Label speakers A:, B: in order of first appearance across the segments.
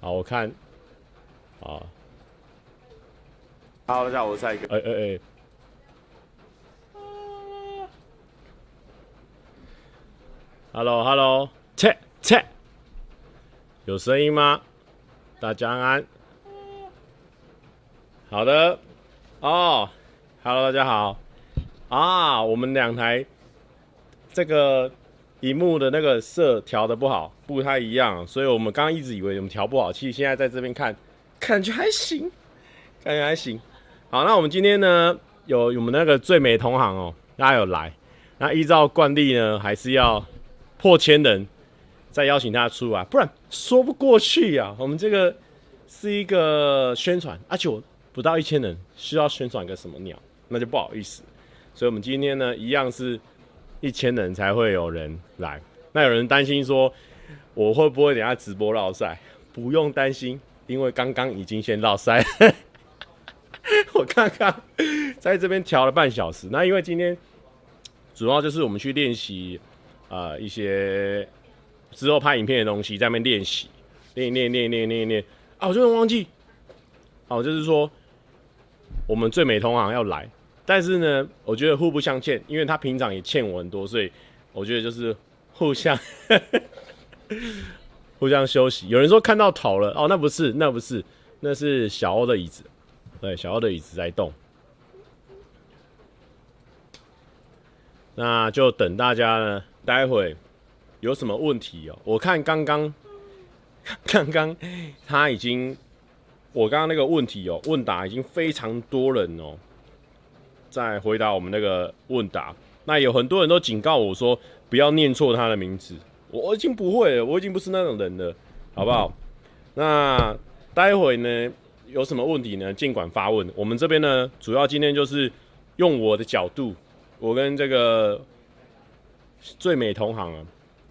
A: 好，我看，啊，
B: 好，大家好，我是蔡哥。
A: 哎哎哎，Hello Hello，切切，有声音吗？大家安安。好的，哦，Hello，大家好。啊，我们两台这个荧幕的那个色调的不好，不太一样，所以我们刚刚一直以为我们调不好，其实现在在这边看，感觉还行，感觉还行。好，那我们今天呢，有我们那个最美同行哦，大家有来，那依照惯例呢，还是要破千人再邀请他出来，不然说不过去呀、啊。我们这个是一个宣传，而且我不到一千人，需要宣传个什么鸟，那就不好意思。所以我们今天呢，一样是一千人才会有人来。那有人担心说，我会不会等下直播绕赛？不用担心，因为刚刚已经先绕赛。 我刚刚在这边调了半小时。那因为今天主要就是我们去练习呃一些之后拍影片的东西，在那边练习，练一练练一练练一练啊，我就是忘记，啊，我就是说我们最美同行要来，但是呢，我觉得互不相欠，因为他平常也欠我很多，所以我觉得就是互相 互相休息。有人说看到头了，哦，那不是，那不是，那是小欧的椅子，对，小欧的椅子在动。那就等大家呢，待会有什么问题哦？我看刚刚 刚刚他已经，我刚刚那个问题哦，问答已经非常多人哦，在回答我们那个问答。那有很多人都警告我说，不要念错他的名字。我已经不会了，我已经不是那种人了，好不好？那待会呢，有什么问题呢？尽管发问。我们这边呢，主要今天就是用我的角度，我跟这个最美同行啊，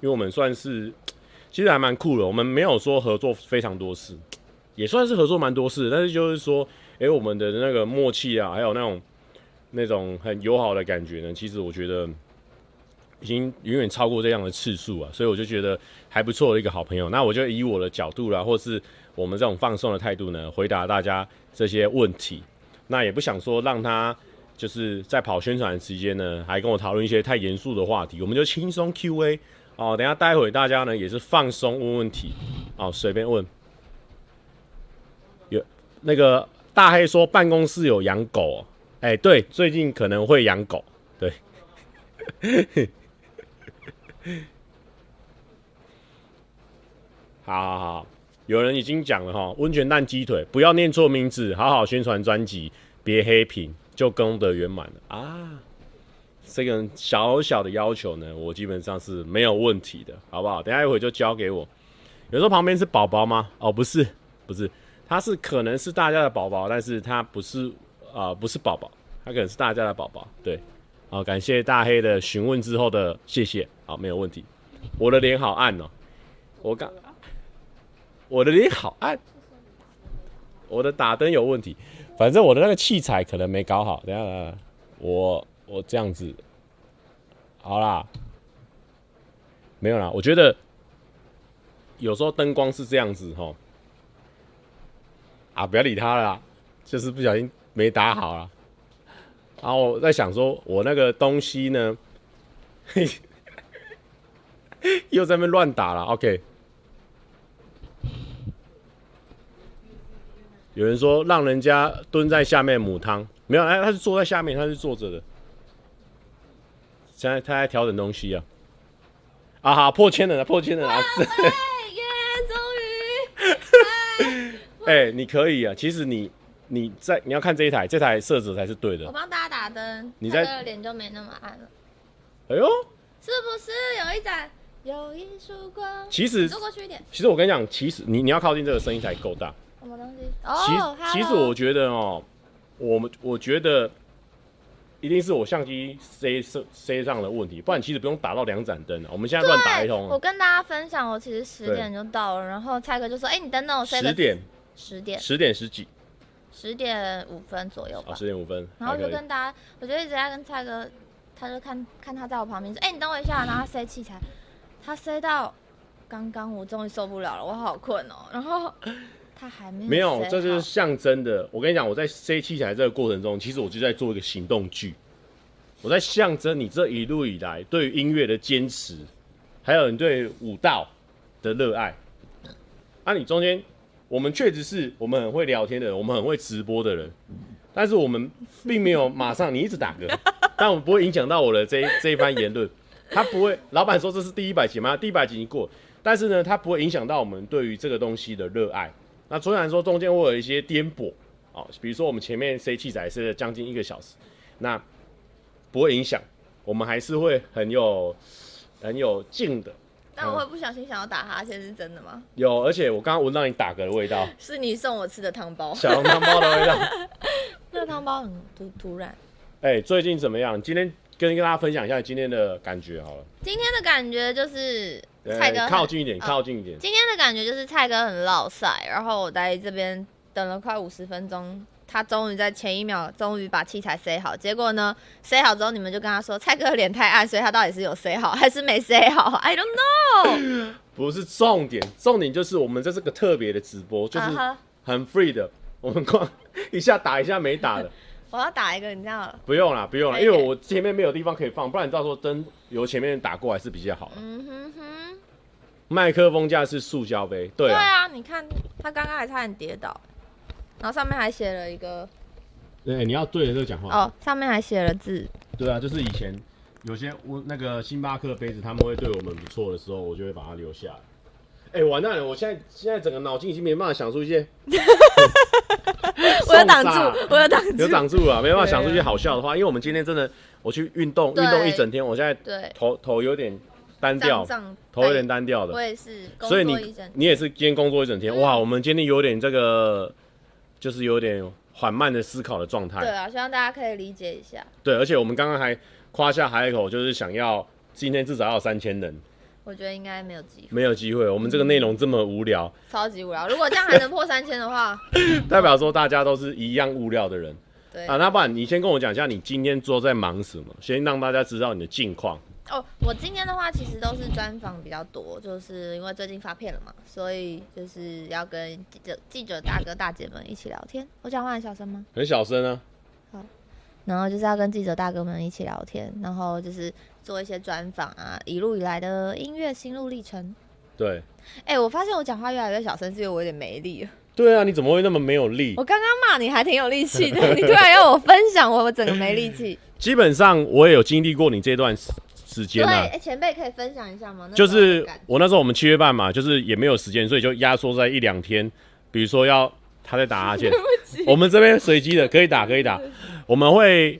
A: 因为我们算是其实还蛮酷的。我们没有说合作非常多事，也算是合作蛮多事，但是就是说，诶、我们的那个默契啊，还有那种那种很友好的感觉呢，其实我觉得已经远远超过这样的次数啊，所以我就觉得还不错的一个好朋友。那我就以我的角度啦，或是我们这种放松的态度呢，回答大家这些问题。那也不想说让他就是在跑宣传的时间呢，还跟我讨论一些太严肃的话题，我们就轻松 Q&A 哦。等一下待会大家呢也是放松问问题哦，随便问。有那个大黑说办公室有养狗、哦，哎、对，最近可能会养狗，对。 好好好，有人已经讲了哈，温泉蛋鸡腿不要念错名字，好好宣传专辑，别黑屏就功德圆满了啊。这个小小的要求呢，我基本上是没有问题的，好不好？等一下一会就交给我。有时候旁边是宝宝吗？哦，不是，不是，他是可能是大家的宝宝，但是他不是啊、呃不是宝宝，他可能是大家的宝宝。对，好、感谢大黑的询问之后的谢谢，好，没有问题。我的脸好暗哦，我刚我的脸好暗，我的打灯有问题，反正我的那个器材可能没搞好。等一下，等一下我我这样子，好啦，没有啦，我觉得有时候灯光是这样子吼，啊，不要理他了啦，就是不小心没打好啦。然后我在想说，我那个东西呢，嘿，又在那边乱打了。OK，有人说让人家蹲在下面母汤，没有，哎，他是坐在下面，他是坐着的。现在他在调整东西啊，啊哈，破千人了，破千人了，啊是
C: 哎耶， 终于！哎
A: 哎、你可以啊，其实你你在你要看这一台，这台设置才是对
C: 我
A: 的。
C: 帮大家打灯，
A: 你
C: 他
A: 在
C: 的脸就没那么暗了，
A: 哎呦，
C: 是不是？有一盏，有一束光。
A: 其实
C: 你坐过去一点，
A: 其实我跟你讲，其实你你要靠近这个声音才够大。
C: 什么东西？
A: 其
C: 哦，
A: 其实
C: hello
A: 我觉得哦，我们我觉得一定是我相机塞上塞上了问题，不然其实不用打到两盏灯啊了。我们现在乱打一通
C: 我
A: 啊，
C: 跟大家分享，我其实十点就到了，然后蔡哥就说：“哎、你等等我塞个
A: 十点
C: 十点
A: 十点十几
C: 十点五分左右吧。
A: 啊，十点五分
C: 然后
A: 还
C: 我就
A: 可以。
C: 跟大家，我就一直在跟蔡哥，他就看看他在我旁边说：“哎、你等我一下。”然后他塞器材，他塞到刚刚我终于受不了了，我好困哦。然后他还没有
A: 没有，
C: 塞
A: 这就是
C: 好
A: 象征的。我跟你讲，我在塞器材这个过程中，其实我就在做一个行动剧，我在象征你这一路以来对于音乐的坚持，还有你对武道的热爱。啊，你中间我们确实是我们很会聊天的人，我们很会直播的人，但是我们并没有马上你一直打嗝， 但我们不会影响到我的这一这一番言论。他不会，老板说这是第一百集吗？第一百集已经过了，但是呢，它不会影响到我们对于这个东西的热爱。那虽然说中间会有一些颠簸，哦，比如说我们前面塞器材塞了将近一个小时，那不会影响，我们还是会很有很有劲的。
C: 但我也不小心想要打哈欠，是真的吗？
A: 有，而且我刚刚闻到你打嗝的味道，
C: 是你送我吃的汤包，
A: 小笼汤包的味道。
C: 那个汤包很突突然。
A: 哎、最近怎么样？今天跟跟大家分享一下今天的感觉好了。
C: 今天的感觉就是
A: 呃
C: 蔡哥很
A: 靠近一点，
C: 嗯
A: 靠近一点。
C: 今天的感觉就是蔡哥很落塞，然后我在这边等了快五十分钟，他终于在前一秒终于把器材塞好，结果呢塞好之后，你们就跟他说蔡哥脸太暗，所以他到底是有塞好还是没塞好？I don't know。
A: 不是重点，重点就是我们这是个特别的直播，就是
C: 啊哈
A: 很 free 的，我们光 一下打一下没打的，
C: 我要打一个，你知道？
A: 不用啦，不用啦，
C: 可以
A: 因为我前面没有地方可以放，不然你到时候灯由前面打过来是比较好的。
C: 嗯哼哼，
A: 麦克风架是塑胶杯，对
C: 对
A: 啊，
C: 啊，你看他刚刚还差点跌倒，然后上面还写了一个
A: 对，哎你要对着这个讲话，
C: 啊哦，上面还写了字，
A: 对啊，就是以前有些我那个星巴克杯子他们会对我们不错的时候，我就会把它留下来。哎、完蛋了！我现在现在整个脑筋已经没办法想出一些，
C: 我有挡
A: 送煞
C: 住，我有挡
A: 有
C: 住，
A: 挡住了，没办法想出一些好笑的话，因为我们今天真的，我去运动，
C: 对
A: 运动一整天，我现在
C: 对，
A: 头头有点单调
C: 胀，哎胀，
A: 头有点单调
C: 我
A: 的，
C: 也是，工
A: 所以
C: 作一
A: 你
C: 整
A: 你也是今天工作一整天，
C: 嗯
A: 哇，我们今天有点这个，就是有点缓慢的思考的状
C: 对
A: 态，
C: 啊，希望大家可以理解一下。
A: 对，而且我们刚刚还夸下海口，就是想要今天至少要有三千人，
C: 我觉得应该没有机会，
A: 没有机会，我们这个内容这么无聊，
C: 超级无聊。如果这样还能破三千的话，
A: 代表说大家都是一样无聊的人
C: 嗯对
A: 啊，那不然你先跟我讲一下你今天都在忙什么，先让大家知道你的近况。
C: 哦，我今天的话其实都是专访比较多，就是因为最近发片了嘛，所以就是要跟记者、记者大哥大姐们一起聊天。我讲话很小声吗？
A: 很小声啊，
C: 然后就是要跟记者大哥们一起聊天，然后就是做一些专访啊，一路以来的音乐心路历程。
A: 对，
C: 哎、我发现我讲话越来越小声，是因为我有点没力了。
A: 对啊，你怎么会那么没有力？
C: 我刚刚骂你还挺有力气的，你突然要我分享，我我整个没力气。
A: 基本上我也有经历过你这段时时
C: 对，
A: 间啊
C: 哎、，前辈可以分享一下吗？那时
A: 就
C: 候的
A: 是
C: 感
A: 我那时候我们七月半嘛，就是也没有时间，所以就压缩在一两天。比如说要他在打哈 欠，我们这边随机的可以打可以打，我们会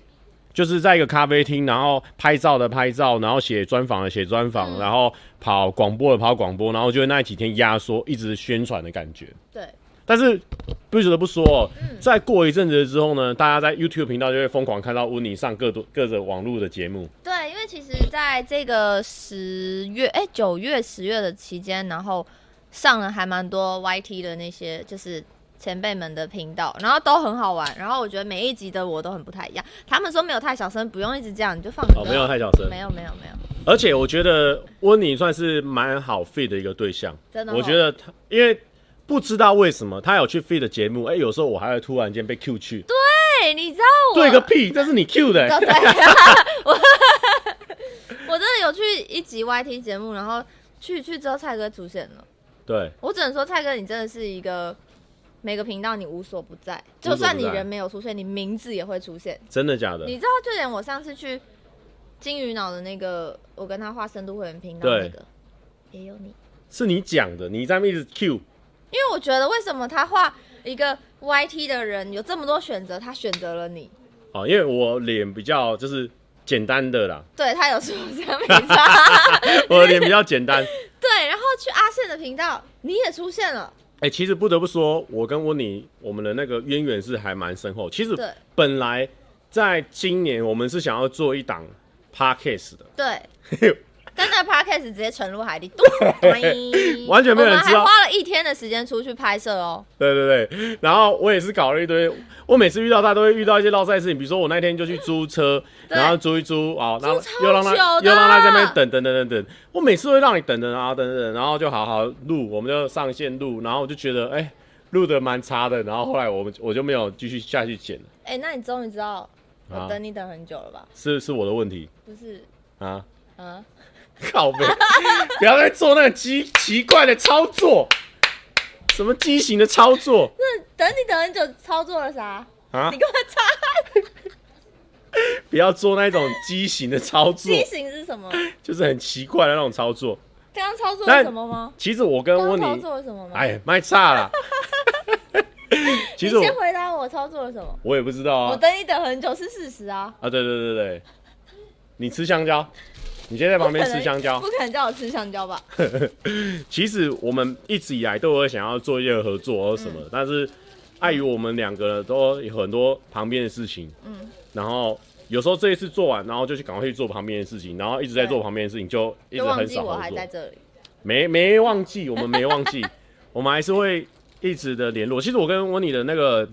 A: 就是在一个咖啡厅，然后拍照的拍照，然后写专访的写专访，
C: 嗯
A: 然后跑广播的跑广播，然后就那几天压缩一直宣传的感觉。
C: 对，
A: 但是不得不说、哦，
C: 嗯
A: 在过一阵子之后呢，大家在 YouTube 频道就会疯狂看到温妮上各多各个网络的节目。
C: 对，因为其实在这个十月，哎、九月、十月的期间，然后上了还蛮多 YT 的那些，就是前辈们的频道，然后都很好玩。然后我觉得每一集的我都很不太一样。他们说没有太小声，不用一直这样，你就放歌。
A: 哦，没有太小声。
C: 没有，没有，没有，
A: 而且我觉得温妮算是蛮好 fit 的一个对象。
C: 真的哦
A: 我觉得他因为不知道为什么他有去 fit 的节目，哎、有时候我还会突然间被 Q 去。对，
C: 哎、你知道我
A: 个屁，这是你 Q 的、
C: 对，啊
A: 欸。
C: 我我真的有去一集 YT 节目，然后去去之后蔡哥出现了。
A: 对，
C: 我只能说，蔡哥，你真的是一个每个频道你无所不在，
A: 无所不在
C: 就算你人没有出现，你名字也会出现。
A: 真的假的？
C: 你知道，就连我上次去金鱼脑的那个，我跟他画深度会员频道
A: 对
C: 那个，也有你。
A: 是你讲的，你在那边一直 Q。
C: 因为我觉得，为什么他画一个 YT 的人有这么多选择，他选择了你？
A: 哦，因为我脸比较就是简单的啦，
C: 对他有说这样没差。
A: 我的脸比较简单。
C: 对，然后去阿宪的频道，你也出现了。
A: 哎、其实不得不说，我跟温妮我们的那个渊源是还蛮深厚。其实
C: 对
A: 本 来在今年我们是想要做一档 podcast 的，
C: 对，但那 podcast 直接沉入海底， 咚
A: 完全没有人知道
C: 我们还花了一天的时间出去拍摄哦。
A: 对对对，然后我也是搞了一堆，我每次遇到他都会遇到一些绕赛事情，比如说我那天就去租车，
C: 对
A: 然后租一租啊，然后
C: 超
A: 又让他
C: 久的
A: 又让他在那边等等等等等，我每次都会让你等等啊等等等，然后就好好录，我们就上线录，然后我就觉得哎录的蛮差的，然后后来我们我就没有继续下去剪了，
C: 哎、那你终于知道
A: 啊
C: 我等你等很久了吧？
A: 是是我的问题
C: 不是，
A: 啊，
C: 啊，
A: 靠背，不要再做那个奇奇怪的操作，什么畸形的操作
C: 那等你等很久操作了啥？
A: 啊
C: 你，给我 操
A: 不要做那种畸形的操作
C: 畸。形是什么？
A: 就是很奇怪的那种操作。
C: 刚刚操作了什么吗？
A: 其实我跟
C: 刚
A: 温
C: 刚操
A: 妮，
C: 作了什么吗？
A: 哎，卖差 了。其
C: 你
A: 实我
C: 先回答我操作了什么？
A: 我也不知道
C: 我
A: 啊。
C: 等你等很久是事实啊。
A: 啊，对对对对，你吃香蕉，你现在在旁边吃香蕉
C: 哎不。可能叫我吃香蕉吧？
A: 其实我们一直以来都有想要做一些合作或什
C: 嗯
A: 么的，但是碍于我们两个都有很多旁边的事情，
C: 嗯
A: 然后有时候这一次做完，然后就去赶快去做旁边的事情，然后一直在
C: 对
A: 做旁边的事情，就一直
C: 就忘
A: 很
C: 记
A: 少
C: 我
A: 合
C: 还
A: 作
C: 在。这里。
A: 没没忘记，我们没忘 记，我们还是会一直的联络。其实我跟温妮的那个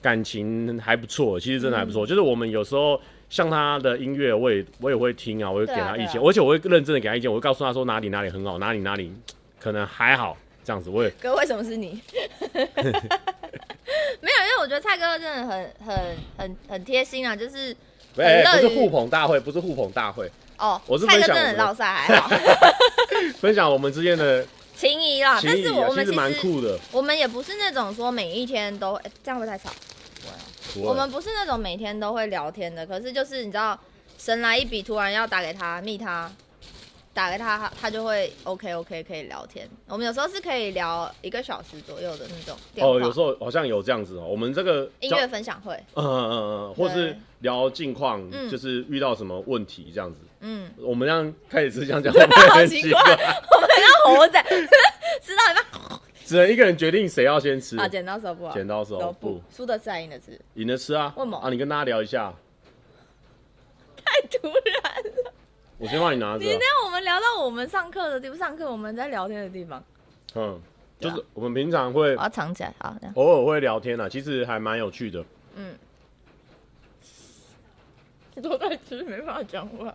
A: 感情还不错，其实真的还不
C: 嗯
A: 错。就是我们有时候像他的音乐，我也我也会听啊，我会给
C: 对啊
A: 他意见，
C: 对啊
A: 而且我会认真的给他意见，我会告诉他说哪里哪里很好，哪里哪里可能还好这样子。我也
C: 哥，为什么是你？没有，因为我觉得蔡哥真的很很很很贴心啊，就是
A: 不哎、
C: 乐
A: 不是
C: 于
A: 互捧大会，不是互捧大会，
C: 哦，
A: 我是
C: 蔡
A: 分
C: 哥
A: 享
C: 真的很
A: 我们
C: 绕赛 还好，
A: 分享我们之间的
C: 情谊啦。
A: 情
C: 但
A: 谊、
C: 是
A: 啊，
C: 我们
A: 其实蛮
C: 其实
A: 酷的。
C: 我们也不是那种说每一天都、哎这样会不会太吵。
A: 不会
C: 我们不是那种每天都会聊天的，可是就是你知道，神来一笔，突然要打给他密他，打给他，他他就会 OK OK 可以聊天。我们有时候是可以聊一个小时左右的那种电话，
A: 哦，有时候好像有这样子哦。我们这个
C: 音
A: 叫
C: 乐分享会，
A: 嗯嗯嗯，嗯，或是
C: 对
A: 聊近况，
C: 嗯
A: 就是遇到什么问题这样子。
C: 嗯，
A: 我们这样开始吃香蕉，会不会
C: 好
A: 很
C: 奇
A: 奇
C: 怪
A: 怪？
C: 我们要猴子， 知道吗？
A: 只能一个人决定谁要先吃
C: 啊，，剪刀手布啊，
A: 剪刀手布
C: 布，输的是还赢的是，
A: 赢了吃啊。
C: 为什么
A: 啊，你跟大家聊一下，
C: 太突然
A: 啊
C: 了。
A: 我先帮你拿着啊
C: 你。让我们聊到我们上课的地方，上课我们在聊天的地方，
A: 嗯，就
C: 对啊
A: 是我们平常会
C: 我要藏起来，好，这样
A: 偶尔会聊天啊，其实还蛮有趣的。
C: 嗯，都在吃，没办法讲话。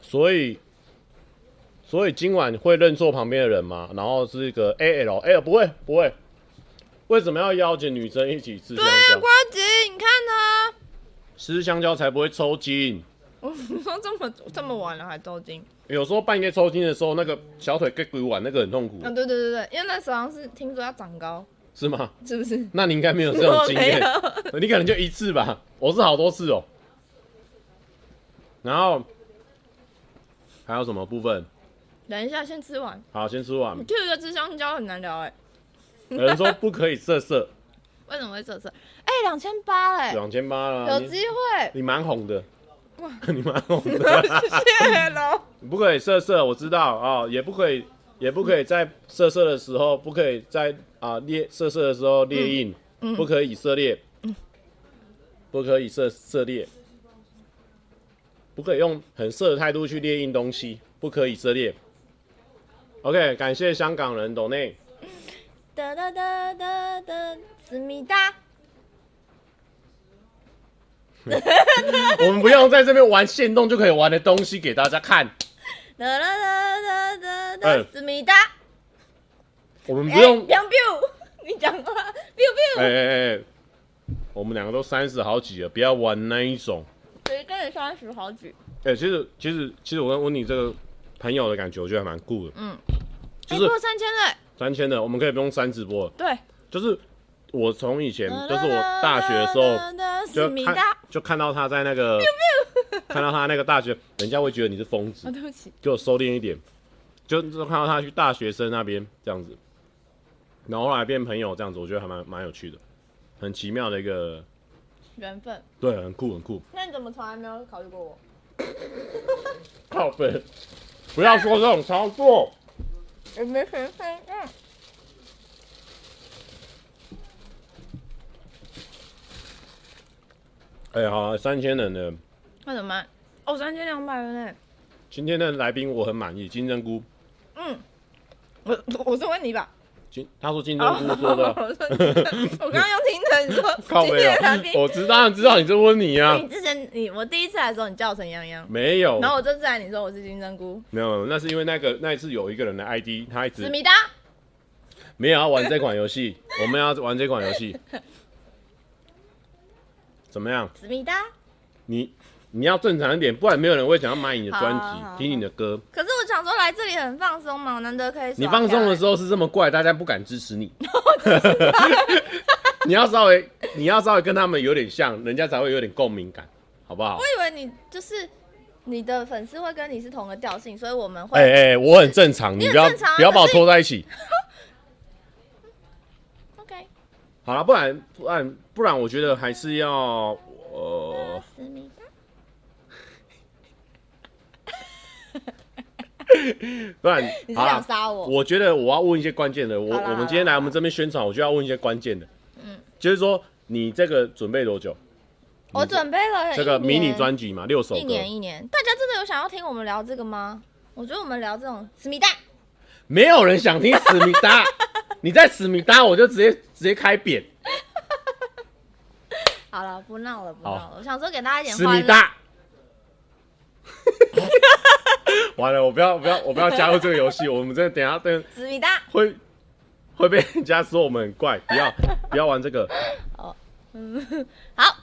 A: 所以，所以今晚会认错旁边的人吗？然后是一个 A L 哎 L，不会不会。为什么要邀请女生一起吃香
C: 对啊，
A: 蕉
C: 瓜？吉，你看啊他，
A: 吃香蕉才不会抽筋。
C: 你说这么这么晚了还抽筋？
A: 有时候半夜抽筋的时候，那个小腿跟鬼碗那个很痛苦
C: 啊，，对对对对，因为那时候好像是听说要长高，
A: 是吗？
C: 是不是？
A: 那你应该没有这种
C: 我
A: 经
C: 没
A: 验，
C: 有。
A: 你可能就一次吧。我是好多次哦。然后还有什么部分？
C: 等一下，先吃完。
A: 好，先吃完
C: 你。Q 个吃香蕉很难聊哎、
A: 有人说不可以色色，
C: 为什么会色色？哎、2两千八 哎，
A: 两千八啦，
C: 有
A: 你
C: 机会。
A: 你蛮红的
C: 哇，
A: 你蛮红的，
C: 谢谢喽。
A: 不可以色色，我知道哦，也不可以，也不可以在色色的时候，不可以在啊猎色色的时候猎印，
C: 嗯
A: 不可以以色列，不可以色色列，不可以用很色的态度去猎印东西，不可以色列。OK，感谢香港人懂 内，
C: 哒哒哒哒哒，思密达。
A: 我们不用在这边玩现动就可以玩的东西给大家看，
C: 哒哒哒哒哒
A: 哎
C: 哒，思密达。
A: 我们
C: 哎
A: 不用
C: biu，biu，你讲话 biu
A: 哎
C: biu，
A: 哎哎，我们两个都三十好几了，不要玩那一种。
C: 谁跟你三十好几？
A: 哎、其实其实其实我跟温妮这个朋友的感觉，我觉得还蛮酷的。
C: 嗯，
A: 就
C: 哎，
A: 是
C: 过三千了，
A: 三千的，我们可以不用三直播了。
C: 对，
A: 就是我从以前，就是我大学的时候
C: 思密
A: 就看
C: 达。
A: 就看到他在那个 看到他那个大学，人家会觉得你是疯
C: 啊，
A: 子，
C: 对不起，
A: 给我收敛一点。就就看到他去大学生那边这样子，然后后来变朋友这样子，我觉得还蛮蛮有趣的，很奇妙的一个，
C: 缘分。
A: 对，很酷很酷。
C: 那你怎么从来没有考虑过我？
A: 靠背，不要说这种操作。
C: 我没缘分，嗯。
A: 哎、好了，三千人了。
C: 那怎么办？哦，三千两百元哎。
A: 今天的来宾我很满意，金针菇。
C: 嗯，我 我是问你吧。
A: 金他说金针
C: 哦
A: 菇说的，
C: 我说你我刚刚用听的，你说
A: 靠
C: 今
A: 背
C: 天的来
A: 啊
C: 宾。。
A: 我知道，知道你是温妮啊
C: 你，之前你我第一次来的时候，你叫我陈洋洋，
A: 没有，
C: 然后我这次来你说我是金针菇，
A: 没有，那是因为那个那一次有一个人的 ID，他一直
C: 思密达。
A: 没有要玩这款游戏，我们要玩这款游戏，怎么样？
C: 思密达。
A: 你你要正常一点，不然没有人会想要买你的专
C: 好好好
A: 辑，听你的歌。
C: 可是我想说来这里很放松嘛，我难得可以。
A: 你放松的时
C: 候，
A: 候是这么怪，大家不敢支持 你。 你要稍微，你要稍微跟他们有点像，人家才会有点共鸣感，好不好？
C: 我以为你就是你的粉丝会跟你是同个调性，所以我们会。
A: 哎哎、我很正常，你
C: 你很
A: 不要
C: 正常啊
A: 不要把我
C: 可是
A: 拖在一起。
C: OK，
A: 好了，不然不然不然，我觉得还是要呃，
C: 思密达。
A: 不然
C: 你是
A: 好
C: 想
A: 了，
C: 杀我？
A: 我觉得我要问一些关键的。我
C: 好啦
A: 我
C: 好
A: 们
C: 啦
A: 今天来
C: 好啦
A: 我们这边宣传，我就要问一些关键的。
C: 嗯
A: 就是说你这个准备多久？
C: 我准备了
A: 这个
C: 一
A: 迷你
C: 年
A: 专辑嘛，六首歌。
C: 一年一年，大家真的有想要听我们聊这个吗？我觉得我们聊这种思密达，
A: 没有人想听史密 达，你在史密达，我就直接直接开扁
C: 好了，不闹了，不
A: 好
C: 闹了。我想说给大家一点
A: 史
C: 欢
A: 密
C: 乐。
A: 达。 完了，我不要不要我不要加入这个游戏，我们真的等一下等
C: 思密达，
A: 会会被人家说我们很怪，不要不要玩这个。
C: 嗯，好，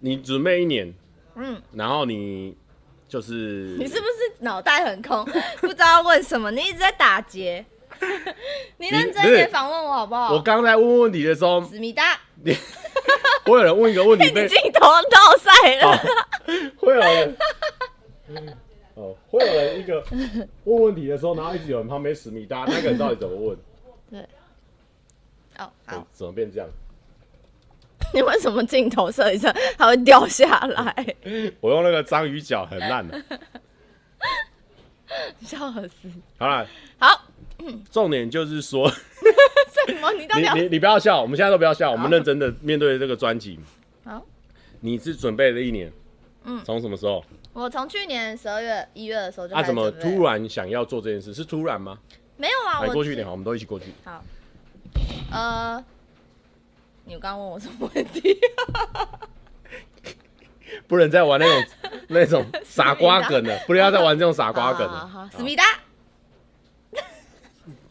A: 你准备一年，
C: 嗯，
A: 然后你就是
C: 你是不是脑袋很空，不知道问什么？你一直在打结。 你认真一
A: 不
C: 点
A: 是
C: 访问我好不好？
A: 我刚才问问题的时候，
C: 思密达，
A: 你 我有人问一个问题
C: 你
A: 被
C: 镜头倒晒
A: 好
C: 了。，
A: 会有人，哦，会有人一个问问题的时候，然后一直有人旁边史密达，那个人到底怎么问？
C: 对，哦，
A: 哎
C: 好，
A: 怎么变这样？
C: 你为什么镜头摄一摄它会掉下来？
A: 我用那个章鱼脚很烂的、
C: 笑死！
A: 好了，
C: 好，
A: 重点就是说，
C: 什么？你到底
A: 你
C: 要
A: 你你不要笑，我们现在都不要笑，我们认真的面对这个专辑。
C: 好？
A: 你是准备了一年，
C: 嗯
A: 从什么时候？
C: 我从去年十二月、一月的时候就
A: 啊，
C: 开始
A: 怎么
C: 准备了。
A: 突然想要做这件事？是突然吗？
C: 没有啊？
A: 来
C: 我
A: 过去一
C: 自
A: 点，好，我们都一起过去。
C: 好，呃，你刚刚问我什么问题？
A: 不能再玩那 种那种傻瓜梗啊了，不要再玩这种傻瓜梗
C: 好好
A: 了。
C: 好，
A: 好
C: 思密达，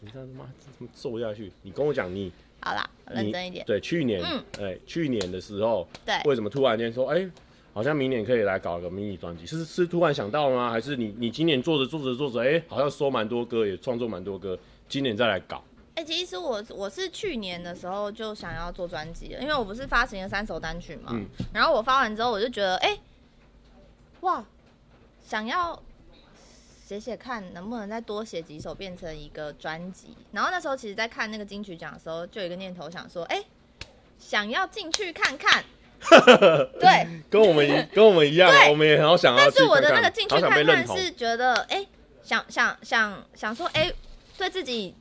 A: 你这样他妈怎么揍下去？你跟我讲，你
C: 好啦，认
A: 你
C: 真一点。
A: 对，去年，
C: 嗯
A: 哎，去年的时候，
C: 对
A: 为什么突然间说，哎，好像明年可以来搞个迷你专辑？是是突然想到吗？还是你你今年做着做着做着，哎，好像收蛮多歌，也创作蛮多歌，今年再来搞？
C: 哎、其实我我是去年的时候就想要做专辑了，因为我不是发行了三首单曲嘛，
A: 嗯
C: 然后我发完之后我就觉得，哎、哇，想要写写看能不能再多写几首变成一个专辑。然后那时候其实，在看那个金曲奖的时候，就有一个念头想说，哎、想要进去看看，对，
A: 跟我们一跟我们一样啊，
C: 对
A: 我们也很好想要
C: 但
A: 去
C: 是
A: 看看。
C: 我的那个进去
A: 好想被
C: 看
A: 认
C: 看
A: 同。
C: 是觉得，哎、想想想想说，哎、对自己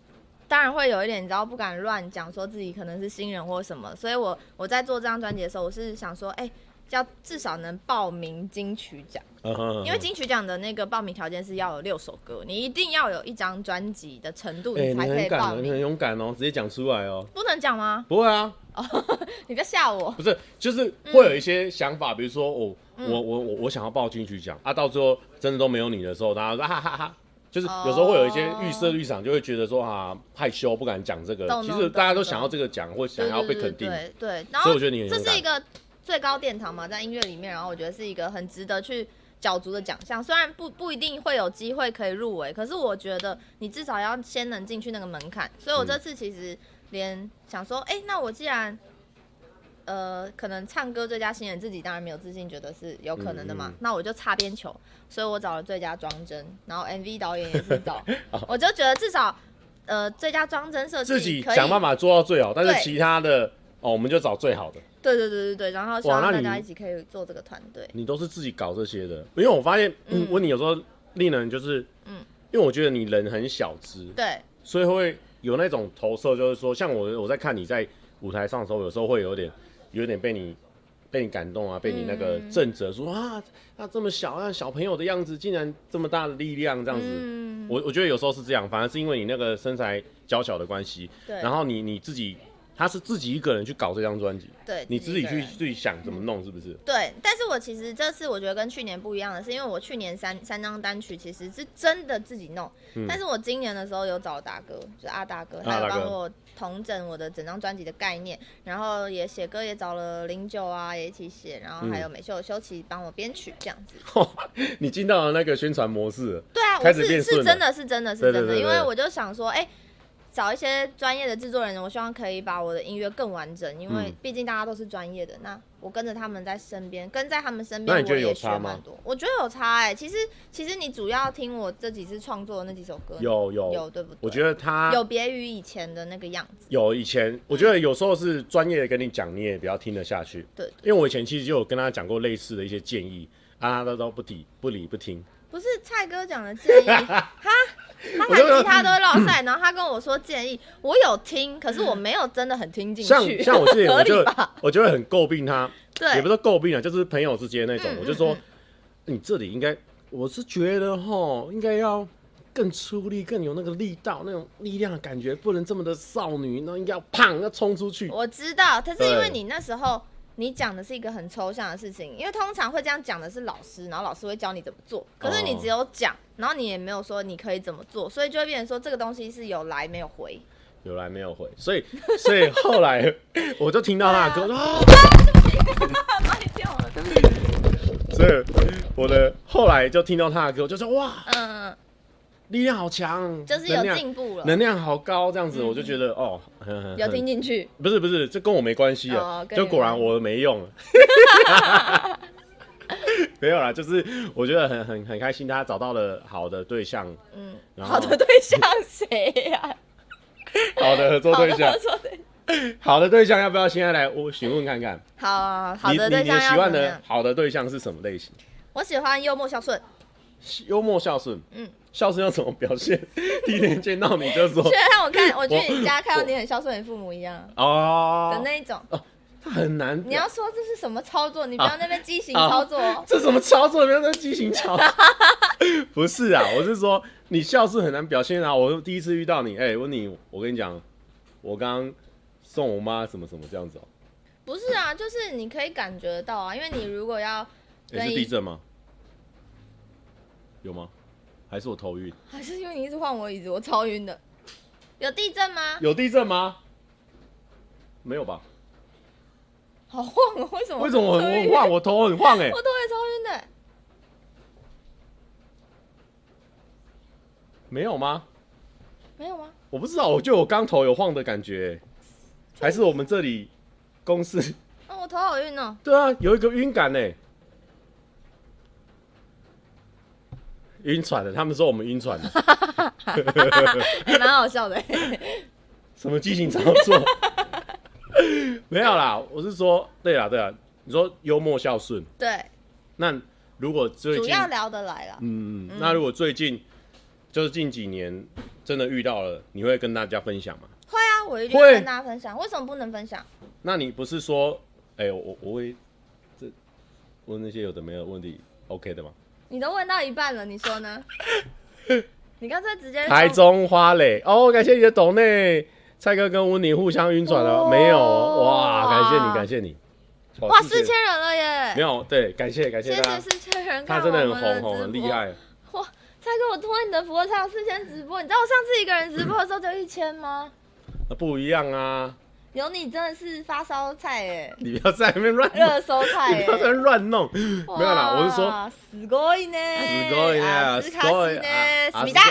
C: 当然会有一点，你知道不敢乱讲，说自己可能是新人或什么。所以我我在做这张专辑的时候，我是想说，哎、要至少能报名金曲奖，
A: 嗯哼
C: 因为金曲奖的那个报名条件是要有六首歌，你一定要有一张专辑的程度，
A: 哎，
C: 你
A: 你
C: 才可以
A: 很敢
C: 报
A: 哦，你
C: 名。嗯
A: 很勇敢哦，直接讲出来哦。
C: 不能讲吗？
A: 不会啊，
C: 你不要吓我。
A: 不是，就是会有一些想法，比如说我、
C: 嗯
A: 我我我我想要报金曲奖啊，到最后真的都没有你的时候，大家说哈哈哈哈，就是有时候会有一些预设立场，就会觉得说啊害羞不敢讲这个。
C: 懂
A: 其
C: 懂
A: 实
C: 懂
A: 大家都
C: 懂
A: 想要这个奖，或想
C: 对
A: 要被
C: 对对
A: 肯定。
C: 对对，然
A: 所
C: 后
A: 以我觉得你很
C: 这
A: 勇
C: 是一
A: 敢。
C: 个最高殿堂嘛，在音乐里面，然后我觉得是一个很值得去角逐的奖项。虽然不不一定会有机会可以入围，可是我觉得你至少要先能进去那个门槛。所以我这次其实连想说，哎、那我既然呃，可能唱歌最佳新人自己当然没有自信，觉得是有可能的嘛。
A: 嗯嗯
C: 那我就擦边球，所以我找了最佳装帧，然后 MV 导演也是 找，我就觉得至少呃最佳装帧设计
A: 自己
C: 可以
A: 想办法做到最好，但是
C: 对
A: 其他的哦，我们就找最好的。
C: 对对对对对，然后希
A: 哇那
C: 望大
A: 你
C: 家一起可以做这个团队。
A: 你都是自己搞这些的，因为我发现
C: 嗯
A: 嗯温妮有时候令人就是嗯，
C: 嗯
A: 因为我觉得你人很小只，
C: 对，
A: 所以会有那种投射，就是说，像我我在看你在舞台上的时候，有时候会有点有点被你被你感动啊，被你那个
C: 嗯
A: 正则说、啊，他这么小，那小朋友的样子，竟然这么大的力量，这样子。
C: 嗯，
A: 我我觉得有时候是这样，反而是因为你那个身材娇小的关系，
C: 对，
A: 然后你你自己，他是自己一个人去搞这张专辑，
C: 对
A: 你自己
C: 一个
A: 去
C: 人
A: 自己想怎么弄，是不是？
C: 对，但是我其实这次我觉得跟去年不一样的是，因为我去年三三张单曲其实是真的自己弄，
A: 嗯
C: 但是我今年的时候有找达哥，就是阿达哥，他
A: 啊
C: 有
A: 达哥
C: 帮我统整我的整张专辑的概念，然后也写歌也找了零九啊也一起写，然
A: 嗯
C: 后还有美秀修齐帮我编曲这样子。
A: 你进到了那个宣传模式了，
C: 对啊，我
A: 开始
C: 是
A: 变
C: 是
A: 顺
C: 真
A: 了
C: 的是真的是
A: 对
C: 真
A: 对
C: 的，
A: 对
C: 因
A: 对
C: 为我就想说，哎、找一些专业的制作人，我希望可以把我的音乐更完整，因为
A: 嗯
C: 毕竟大家都是专业的。那我跟着他们在身边，跟在他们身
A: 那
C: 边，我
A: 你觉得有
C: 也学
A: 差吗
C: 蛮多。我觉得有差哎、其实其实你主要听我这几次创作的那几首歌，
A: 有有
C: 有对不对？
A: 我觉得他
C: 有别于以前的那个样子。
A: 有以前，我觉得有时候是专业的跟你讲，你也比较听得下去。
C: 对，
A: 因为我以前其实就有跟他讲过类似的一些建议，啊，他都不理不理不听。
C: 不是蔡哥讲的 建议，哈，
A: 我就说嗯
C: 他弹吉他都会落赛，然后他跟我说建议，我有听，可是我没有真的很听进去。
A: 像像我之前
C: 合
A: 我
C: 理
A: 就
C: 吧？
A: 我就会很诟病他，
C: 对，
A: 也不是诟病啊，就是朋友之间那种，
C: 嗯
A: 我就说、
C: 嗯
A: 你这里应该，我是觉得哈，应该要更出力，更有那个力道，那种力量的感觉，不能这么的少女，那应该要胖，要冲出去。
C: 我知道，可是因
A: 对
C: 为你那时候你讲的是一个很抽象的事情，因为通常会这样讲的是老师，然后老师会教你怎么做，可是你
A: 哦
C: 只有讲，然后你也没有说你可以怎么做，所以就会变成说这个东西是有来没有回。
A: 有来没有回，所以 所以后来 我就听到他的歌，说啊
C: 帮你骗我了，对不起。
A: 所以我的后来就听到他的歌，我就说哇，
C: 嗯，
A: 力量好强，
C: 就是
A: 能
C: 有
A: 量
C: 进步了，嗯
A: 能量好高，这样子我就觉得哦，很很
C: 有听进去。
A: 不是不是，这跟我没关系啊，
C: 哦跟你
A: 就
C: 没
A: 果然我没用了。 没有啦，就是我觉得很很很开心，他找到了好的对象，
C: 嗯，
A: 然后
C: 好的对象谁呀？
A: 好的合作
C: 好
A: 对
C: 的
A: 象，
C: 说对，
A: 好的对象要不要现在来我询问看看？
C: 好好
A: 你
C: 的
A: 你
C: 对
A: 你的
C: 象
A: 喜
C: 要
A: 欢
C: 怎么
A: 的
C: 样？
A: 好的对象是什么类型？
C: 我喜欢幽默孝顺，
A: 哦幽默孝顺，
C: 嗯，
A: 孝顺要怎么表现？ 第一天见到你 就说
C: 虽然我看我去
A: 我
C: 你家看到你很孝顺你父母一样的
A: 哦，哦
C: 那一种。
A: 他很难表，
C: 你要说这是什么操作？你不要那边畸形操作 哦。
A: 这什么操作？不 要在畸形操。 不是啊，我是说你笑是很难表现啊。我第一次遇到你，哎、问你，我跟你讲，我刚刚送我妈什么什么这样子哦、
C: 不是啊，就是你可以感觉到啊，因为你如果要
A: 也、
C: 对
A: 哎是地震吗？有吗？还是我头晕？
C: 还是因为你一直换我椅子，我超晕的。有地震吗？
A: 有地震吗？没有吧？
C: 好晃哦，为什么？
A: 为什么我很
C: 超晕
A: 我很晃？我头很晃哎、
C: 我头也超晕的。
A: 没有吗？
C: 没有吗？
A: 我不知道，我就我刚头有晃的感觉、还是我们这里公司？
C: 啊，我头好晕哦。
A: 对啊，有一个晕感呢、晕船的，他们说我们晕船的，
C: 还蛮好笑的。
A: 什么激情操作？ 没有啦，我是说，对啦，对啦，你说幽默孝顺，
C: 对，
A: 那如果最
C: 主
A: 近，
C: 要聊得来了。
A: 嗯，那如果最近就是近几年真的遇到了，你会跟大家分享吗？
C: 会啊，我一定会
A: 会
C: 跟大家分享。为什么不能分享？
A: 那你不是说，哎、我我我会这问那些有的没有问题，OK 的吗？
C: 你都问到一半了，你 说呢？你刚才直接
A: 台中花蕾哦，感谢你的抖内，蔡哥跟温妮互相晕船了，
C: 哇
A: 没有哇？感谢你，感谢你，哦
C: 哇，
A: 谢
C: 四
A: 谢
C: 千人了耶！
A: 没有对，感谢感
C: 谢
A: 谢大
C: 谢
A: 家，
C: 四千人
A: 他
C: 看
A: 真
C: 我
A: 的
C: 们
A: 很红
C: 的
A: 红，很
C: 直
A: 厉
C: 播。
A: 害。
C: 哇，蔡哥，我托你的福，我才有四千直播。你知道我上次一个人直播的时候只有一千吗？
A: 那不一样啊！
C: 有你真的是发烧菜哎、
A: 你不要在那边乱弄，
C: 热搜菜
A: 你
C: 哎、
A: 不要在那边乱弄，
C: 哇
A: 没有啦，我是说，
C: すごい
A: す
C: ね，
A: ごい
C: 啊
A: ね，
C: 斯
A: す
C: 卡西
A: ごい
C: ね，
A: 啊
C: 思密达，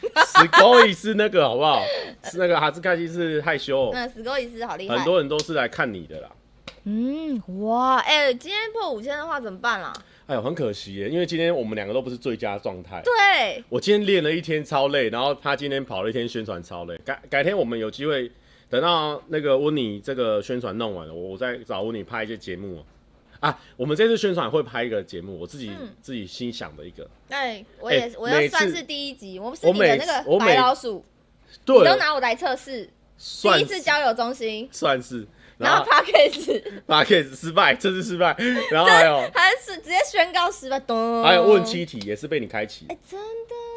A: すごい是那个好不好？是那个哈兹卡西是害羞，
C: 嗯，斯高伊斯好厉害，
A: 很多人都是来看你的啦。
C: 嗯，哇，哎、今天破五千的话怎么办啦？啊
A: 哎呦，很可惜耶，因为今天我们两个都不是最佳状态。
C: 对，
A: 我今天练了一天超累，然后他今天跑了一天宣传超累。改改天我们有机会，等到那个温妮这个宣传弄完了，我我再找温妮拍一些节目哦。啊，我们这次宣传会拍一个节目，我自己、
C: 嗯
A: 自己心想的一个。
C: 哎，我也、
A: 哎
C: 我要
A: 每次
C: 算是第一集，我是
A: 我
C: 你的
A: 每
C: 那
A: 次
C: 个
A: 我
C: 白
A: 每
C: 老鼠，你
A: 对
C: 都，拿我来测试，第
A: 算
C: 一次交友中心，
A: 算是
C: 然后 p a c k a g e
A: p a c k a g e 失败，这次失败，然后还有
C: 还是直接宣告失败，咚。
A: 还有问七题也是被你开启
C: 哎、，真的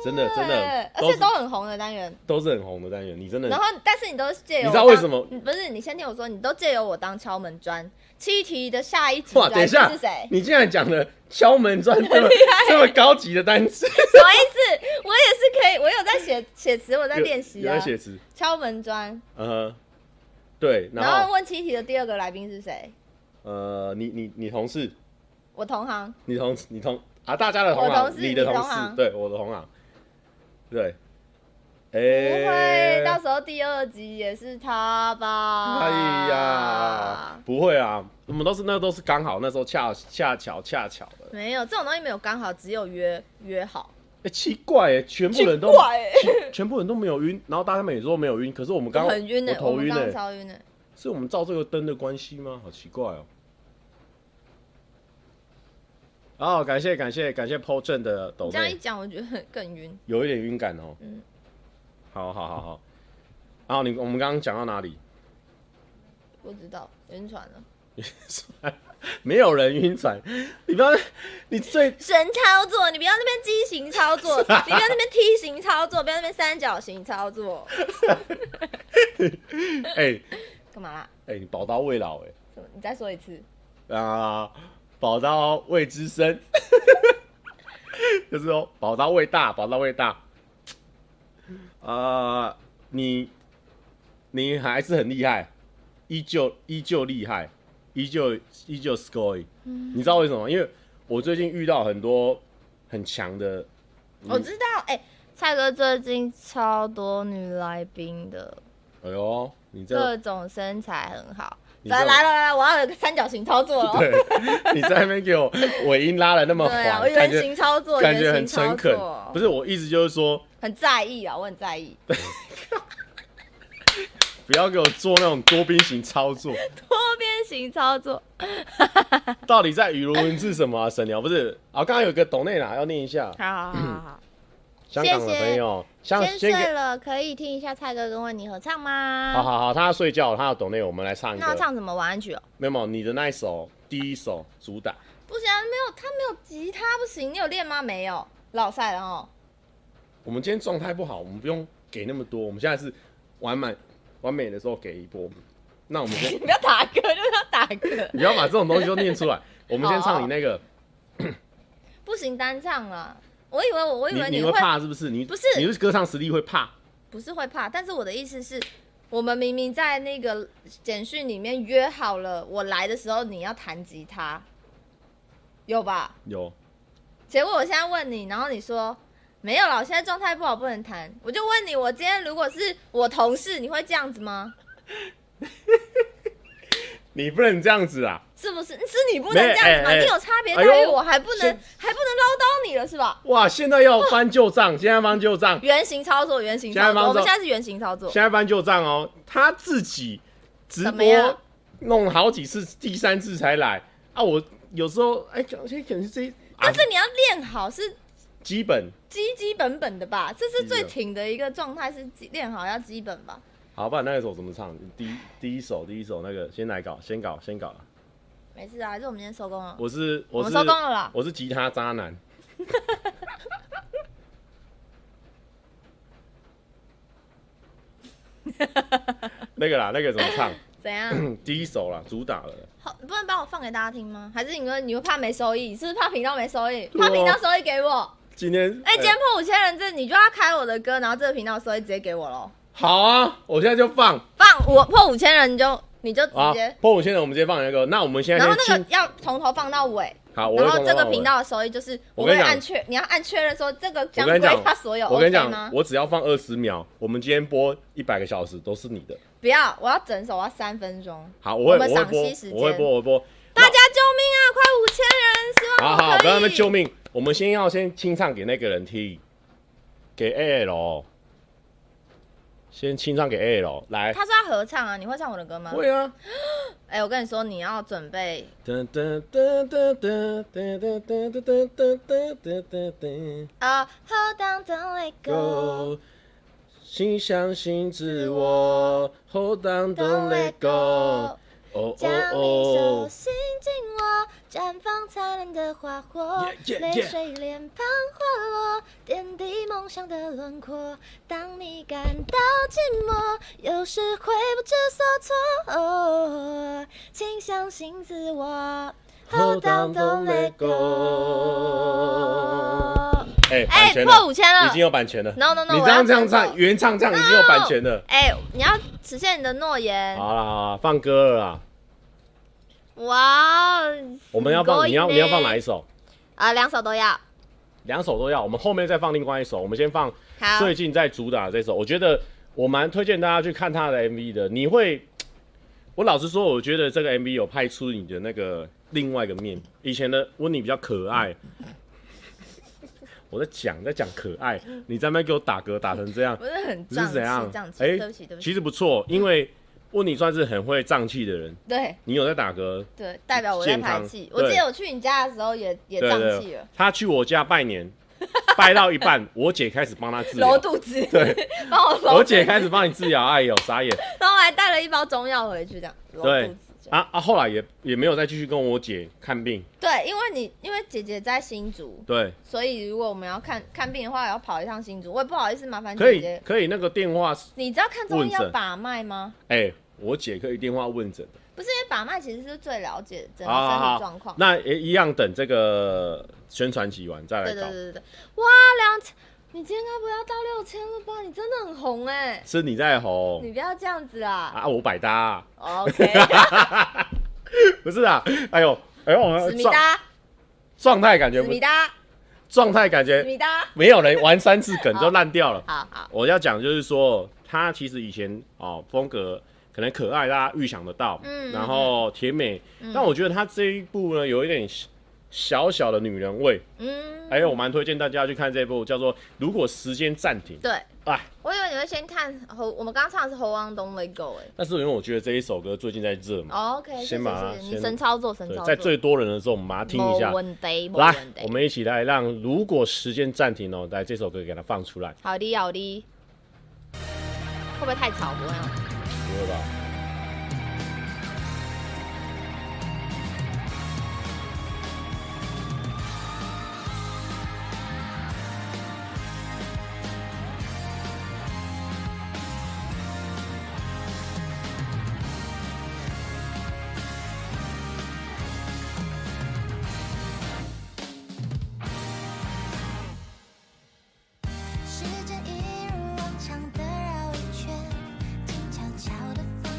A: 真的真的
C: 耶，而
A: 都
C: 且
A: 是
C: 都很红的单元。
A: 都是很红的单元，你真
C: 然
A: 的
C: 后，但是你都是借由
A: 你知道
C: 我当嗯
A: 为什么？
C: 你不是，你先听我说，你都借由我当敲门砖。七题的下一题
A: 哇，
C: 来
A: 等一下
C: 是谁，？
A: 你竟然讲了敲门砖 这么这么高级的单词，
C: 什么意思？我也是可以，我有在写写词，我在练习
A: 有
C: 啊
A: 在。写词，
C: 敲门砖，
A: 呃，对，然
C: 然后
A: 后
C: 问七题的第二个来宾是谁？
A: 呃，你你你同事，
C: 我同行，
A: 你同你同啊，大家的同
C: 我
A: 行，
C: 同事
A: 你的
C: 你同
A: 事
C: 行，
A: 对，我的同行，对，
C: 不
A: 哎、
C: 会，到时啊候第二集也是他吧？
A: 哎呀，，不会啊，我们都是那都是刚好那时候恰恰巧恰巧的。
C: 没有这种东西没有刚好，只有约约好。
A: 哎、奇怪哎、全部人都
C: 奇怪欸
A: 全全部人都没有晕，然后大家们也说没有晕，可是我们刚
C: 我很晕呢、欸
A: 我
C: 我
A: 头
C: 们
A: 晕
C: 刚
A: 哎、
C: 刚超晕呢、欸
A: 是我们照这个灯的关系吗？好奇怪哦。哦，感谢感谢感谢 Po 正的抖
C: 你这样一
A: 妹，
C: 讲，我觉得更晕。
A: 有一点晕感哦。
C: 嗯
A: 好好好好。然后你我们刚刚讲到哪里？
C: 不知道晕船了，
A: 没有人晕船，你不要，你最
C: 神操作，你不要那边畸形操 作，你不要那边梯形操作，不要那边三角形操作，
A: 哎
C: 干嘛啦？
A: 哎、你宝刀未老哎、
C: 什么？你再说一次。
A: 啊，宝刀未之深， 就是说宝刀未大，宝刀未大。啊，你你还是很厉害，依旧依旧厉害，依旧依旧 scoring。你
C: 嗯
A: 知道为什么？因为我最近遇到很多很强的，
C: 我知道，哎、蔡哥最近超多女来宾的，
A: 哎呦，你这
C: 各种身材很好。
A: 你
C: 来
A: 这
C: 来了来了，我要有个三角形操作了哦。
A: 对， 你在那边给我尾音拉的那么
C: 对啊，我
A: 缓，感
C: 人
A: 觉
C: 形操作，
A: 感觉
C: 人
A: 很
C: 形操
A: 诚恳。
C: 作
A: 不，是我意思就是说。
C: 很在意啊，我很在意。
A: 不要给我做那种多边形操作，
C: 多边形操作，
A: 到底在语录文字什么啊？神鸟不是啊？刚刚有个懂内啦，要念一下。
C: 好好好好。
A: 香港的朋友，香
C: 先睡
A: 给，
C: 了，可以听一下蔡哥跟为你合唱吗？
A: 好好好，他要睡觉了，他要懂内，我们来唱一
C: 那要
A: 个。
C: 唱什么晚安曲哦？
A: 没有没有，你的那一首第一首主打，
C: 不行、啊，没有他没有吉他不行，你有练吗？没有，老赛了哦。
A: 我们今天状态不好，我们不用给那么多，我们现在是完满完美的时候给一波。那我们先，
C: 你不要打嗝，就不要打 嗝
A: 你要把这种东西都念出来，我们先唱你那个，
C: 不行单唱啦。我以为我，我以
A: 你
C: 为
A: 你
C: 会
A: 会怕是不是？你
C: 哦不是
A: 你是歌唱实力会怕，
C: 不是会怕，但是我的意思是，我们明明在那个简讯里面约好了，我来的时候你要弹吉他，有吧？
A: 有
C: 结果我现在问你，然后你说没有啦，我现在状态不好，不能弹。我就问你，我今天如果是我同事，你会这样子吗？
A: 你不能这样子啊！
C: 是不是？是你不能这样子吗？
A: 没哎哎
C: 你有差别待
A: 哎
C: 遇，
A: 呦
C: 我还不能、
A: 先
C: 还不能唠叨你了是吧？
A: 哇，现在要翻旧账，现在翻旧账，
C: 原型操作，原型
A: 现
C: 操
A: 在帮
C: 作，
A: 手
C: 我们现在是原型操作。
A: 现在翻旧账哦。他自己直
C: 怎么
A: 播
C: 样
A: 弄好几次，第三次才来啊。我有时候哎，可能可能是这，
C: 但是
A: 啊
C: 你要练好是
A: 基本
C: 基基本本的吧，这是最
A: 基本
C: 挺的一个状态，是基练好要基本吧。
A: 好吧。那一首怎么唱？第一第一首，第一首那个先来搞，先搞，先搞。
C: 没事啊，还是我们今天收工了。
A: 我是
C: 我
A: 我
C: 们
A: 是
C: 收工了啦
A: 我是吉他渣男。 那个啦，那个怎么唱？
C: 怎样？
A: 第一首啦，主打了。
C: 好，不能帮我放给大家听吗？还是你们你会怕没收益？是不是怕频道没收益？
A: 对啊
C: 怕频道收益给我？
A: 今天
C: 哎、今天破五千人这你就要开我的歌，然后这个频道收益直接给我喽。
A: 好啊，我现在就放
C: 放我破五千人你就你就直
A: 啊
C: 接，。
A: 破五千人，我们直接放那个。那我们现在
C: 然后
A: 先
C: 那
A: 清
C: 个要从头放到尾，
A: 好，我
C: 然
A: 会
C: 后
A: 从
C: 这
A: 头
C: 个
A: 到尾
C: 频，道的收益就是
A: 我
C: 我
A: 跟
C: 会
A: 你讲
C: 按确，你要按确认说这个
A: 我
C: 将
A: 跟
C: 归
A: 你讲
C: 他所有，
A: 我跟你
C: OK 吗
A: 讲，？我只要放二十秒，我们今天播一百个小时都是你的。
C: 不要，我要整首，我要三分钟。
A: 好，我会
C: 我们
A: 会
C: 赏析时
A: 播，我
C: 间
A: 会播，我会播。
C: 大家救命啊！快五千人，希
A: 好
C: 望
A: 好，
C: 我
A: 不要
C: 可
A: 那么
C: 以。
A: 救命！我们先要先清唱给那个人听，给 A L，先清唱给 A L 来。
C: 他说要合唱啊，你会唱我的歌吗？
A: 会啊，
C: 哎、我跟你说，你要准备
A: 噔噔噔噔噔噔噔噔噔噔噔噔噔噔。
C: 啊、h o l d on, don't let go。
A: go，心相信自我，Hold on, don't let go，哦
B: 将你手心紧握，绽放灿烂的花火
A: Yeah, yeah,
B: 泪
A: yeah
B: 水脸庞滑落，点滴梦想的轮廓。当你感到寂寞，有时会不知所措，哦请相信自我。Hold on, don't let go。
A: 哎、版
C: 哎、
A: 权
C: 破
A: 了，
C: 五千了
A: 已经有版权了。
C: ，no no no，
A: 你
C: 我
A: 这
C: 要
A: 样这样
C: 承受
A: 唱，原唱这样已经有版权了。
C: 哎、你要实现你的诺言，
A: 好啦好啦，放歌了啦。
C: 哇，
B: 哦
A: 我们要放，你要你要放哪一
C: 首
A: 首？
C: 啊？两首都要，
A: 两首都要，我们后面再放另外一首。我们先放
C: 好，
A: 最近在主打这首，我觉得我蛮推荐大家去看他的 MV 的。你会，我老实说，我觉得这个 MV 有拍出你的那个另外一个面。以前的温妮比较可爱，我在讲在讲可爱，你在那边给我打嗝打成这样，
C: 不是很
A: 你
C: 胀
A: 是
C: 气，
A: 怎样
C: 胀？气，
A: 哎、
C: 对不起对不起，
A: 其实不错，因为温妮算是很会胀气的人。
C: 对
A: 你有在打嗝？
C: 对，代表我在
A: 健
C: 排
A: 康
C: 气。
A: 对
C: 我记得我去你家的时候也也
A: 对
C: 胀
A: 对
C: 气
A: 对
C: 了，，
A: 他去我家拜 年，拜到一半，我姐开始帮他治疗
C: 揉。肚子，
A: 对，
C: 帮我揉，
A: 我姐，开始帮你治疗，哎呦，傻眼。
C: 然后我还带了一包中药回去，这样揉
A: 对
C: 肚子这样。
A: 啊啊！后来也也没有再继续跟我姐看病，
C: 对，因为你因为姐姐在新竹，
A: 对，
C: 所以如果我们要看看病的话，要跑一趟新竹，我也不好意思麻烦
A: 可
C: 姐
A: 以
C: 姐。
A: 可以那个电话，
C: 你知道看中医
A: 问
C: 要
A: 诊
C: 把脉吗？
A: 哎、我姐可以电话问诊的，
C: 不是，因为把脉其实是最了解整个
A: 好好
C: 身
A: 好
C: 体状况。
A: 那也一样等这个宣传期完再来
C: 对
A: 搞，
C: 对对对对，哇，两千，你今天该不要到六千了吧？你真的很红哎、
A: 是你在吼
C: 你不要这样子啦。
A: 啊，我百搭啊、
C: OK，
A: 不是啊，哎呦哎呦，我
C: 思
A: 们
C: 密
A: 状
C: 达，
A: 状态感觉
C: 思
A: 不
C: 密达，
A: 状态感
C: 思
A: 觉
C: 密达，
A: 没有人玩三次梗就烂掉了。
C: 好好，
A: 我要讲就是说，他其实以前哦风格可能可爱，大家预想得到，
C: 嗯
A: 然后甜美，但我觉得他这一部呢有一点小小小的女人味，
C: 嗯，
A: 哎、我蛮推荐大家去看这部叫做《如果时间暂停》，
C: 对，
A: 哎，
C: 我以为你会先看侯，我们刚刚唱的是侯王东 Let Go 哎、
A: 但是因为我觉得这一首歌最近在热嘛，
C: 哦 OK，
A: 先
C: 是
A: 把它
C: 是是，
A: 先
C: 你神操作，神
A: 对
C: 操，作，
A: 在最多人的时候我们把它听一下
C: 没，问题，没
A: 来
C: 问，题
A: 我们一起来让《如果时间暂停》哦，来这首歌给它放出来，
C: 好的好的，会不会太吵？不会哦。
A: 不会吧？
B: 时间一如往常的绕一圈，静悄悄地放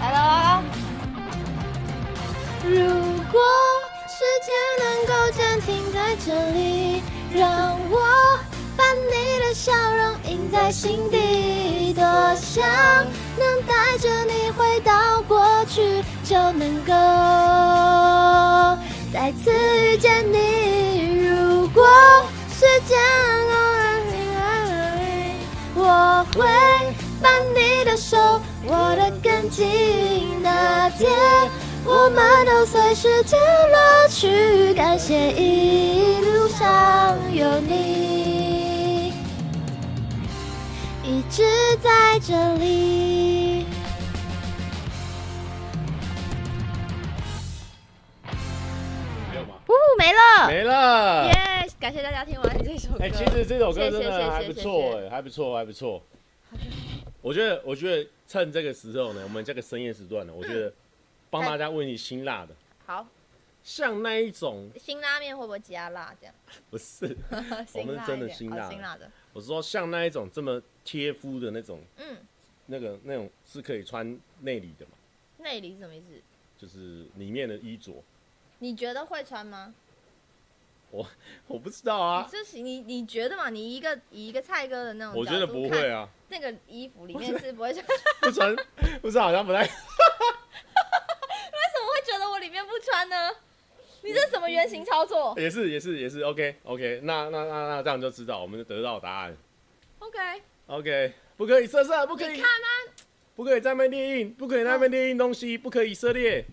A: 啊
B: 停在这里，让我把你的笑容印在心底。多想能带着你回到过去，就能够再次遇见你。如果时间我会把你的手握得更紧，那天我们都随时间老去，感谢一路上有你，一直在这里。
A: 没有吗？
C: 呜，没了，
A: 没了。
C: 耶感谢大家听完这首歌。
A: 哎、其实这首歌真
C: 谢谢谢谢
A: 的还不
C: 谢
A: 错，
C: 谢
A: 哎，还不错，还不错。我觉得，我觉得趁这个时候呢，我们这个深夜时段呢，我觉得帮大家问你辛辣的，
C: 好，
A: 像那一种
C: 辛拉面会不会加辣？这样，
A: 不 是，
C: 辛
A: 们
C: 辣
A: 真的
C: 一点
A: 辛
C: 哦
A: 辣
C: 辛辣的，
A: 我是说像那一种这么贴肤的那种，
C: 嗯，
A: 那个那种是可以穿内里的嘛，
C: 内里是什么意思？
A: 就是里面的衣着，
C: 你觉得会穿吗？
A: 我不知道
C: 你
A: 啊，
C: 就是你，你觉得嘛？你一个以一个菜哥的那种，
A: 我觉得不会，啊，
C: 那个衣服里面是不会穿。
A: 不穿， 不是好像不太
C: 为什么会觉得我里面不穿呢？你这什么原型操作
A: 也是也是也是，OK OK，那那那那这样就知道，我们就得到答案
C: ？OK，
A: ，OK，不可以色色，不可
C: 你
A: 以
C: 看，啊吗？
A: 不可以在那边猎印，不可以在那边猎印东
C: 嗯
A: 西，不可以以色列。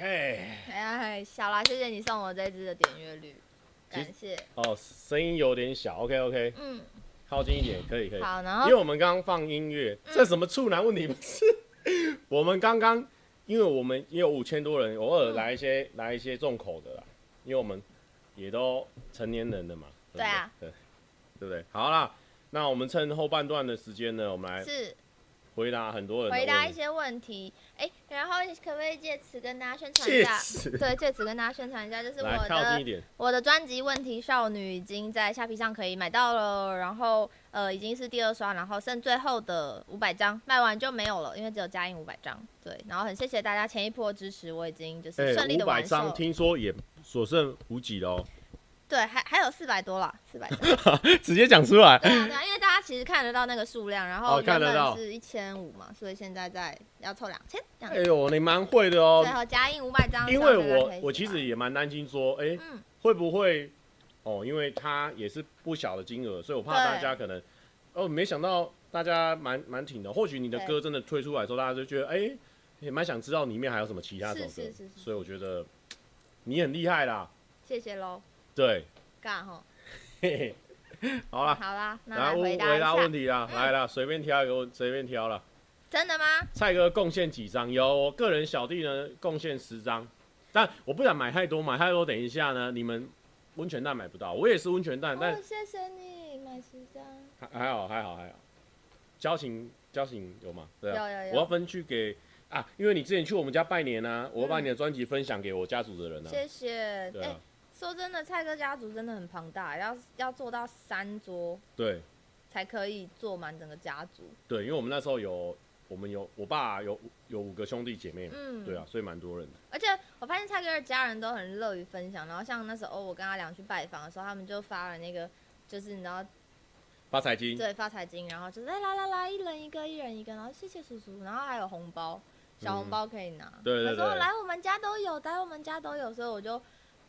A: 哎，
C: 哎，小啦，谢谢你送我这支的点阅率，
A: 其实
C: 感谢。
A: 哦，声音有点小，OK OK，
C: 嗯，
A: 靠近一点，可以可以。
C: 好，嗯然
A: 因为
C: 后
A: 我们刚刚放音乐，这什么处男问题不是？我们刚刚，因为我们也有五千多人，偶尔来一些、
C: 嗯
A: 来一些重口的啦，因为我们也都成年人了嘛。不
C: 对啊，
A: 对，对不对？好啦，那我们趁后半段的时间呢，我们来
C: 是
A: 回答很多人的
C: 回答
A: 问
C: 一些问题，哎，然后可不可以借此跟大家宣传一
A: 谢
C: 下？
A: 谢。
C: 对，借此跟大家宣传一下，就是
A: 来
C: 我
A: 靠近
C: 的
A: 一点，
C: 我的专辑《问题少女》已经在虾皮上可以买到了，然后呃已经是第二刷，然后剩最后的五百张，卖完就没有了，因为只有加印五百张。对，然后很谢谢大家前一波的支持，我已经就是顺利
A: 哎五
C: 的
A: 百
C: 完售。
A: 张听说也所剩无几了哦，
C: 对，还还有四百多啦，四百张。
A: 哦直接讲出来。
C: 对啊，对啊，因为大家其实看得到那个数量，然后
A: 哦看
C: 原
A: 得到
C: 本是一千五嘛，所以现在在要凑两千这样
A: 哎
C: 子。
A: 呦，你蛮会的哦
C: 最，后加印五百张，
A: 因
C: 希望
A: 为
C: 大家
A: 我
C: 可以
A: 我
C: 喜
A: 其
C: 欢
A: 实也蛮担心说，哎、
C: 嗯
A: 会不会哦？因为它也是不小的金额，所以我怕
C: 对
A: 大家可能哦，没想到大家蛮蛮挺的。或许你的
C: 对
A: 歌真的推出来的时候，大家就觉得哎、也蛮想知道里面还有什么其他首歌。
C: 是是是是
A: 所以我觉得嗯你很厉害啦，
C: 谢谢喽，
A: 对，
C: 干吼，
A: 嘿嘿，好啦，
C: 好啦，那
A: 来
C: 来
A: 问
C: 回
A: 回答
C: 答
A: 问
C: 一下，
A: 题啦，
C: 嗯
A: 来啦，随便挑一个问，随便挑啦。
C: 真的吗？
A: 蔡哥贡献几张？有，我个人小弟呢贡献十张，但我不想买太多，买太多等一下呢你们温泉蛋买不到，我也是温泉蛋，但
C: 哦，谢谢你买十张，
A: 还还好，还好，还好。交情，交情有吗？对啊，
C: 有有有
A: 我要分去给啊，因为你之前去我们家拜年啊，我要把你的专辑分享给我家族的人啊。
C: 谢谢。
A: 对
C: 哎、
A: 啊，
C: 说真的，蔡哥家族真的很庞大，要要做到三桌
A: 对
C: 才可以坐满整个家族。
A: 对，因为我们那时候有，我们有我爸有有五个兄弟姐妹嘛，
C: 嗯，
A: 对啊，。所以蛮多人的。
C: 而且我发现蔡哥的家人都很乐于分享，然后像那时候我跟阿良去拜访的时候，他们就发了那个。就是你知道
A: 发财金，
C: 对发财金，然后就是哎来来来，一人一个，一人一个，然后谢谢叔叔，然后还有红包，小红包可以拿。
A: 嗯对对
C: 他说
A: 对
C: 来我们家都有，来我们家都有，所以我就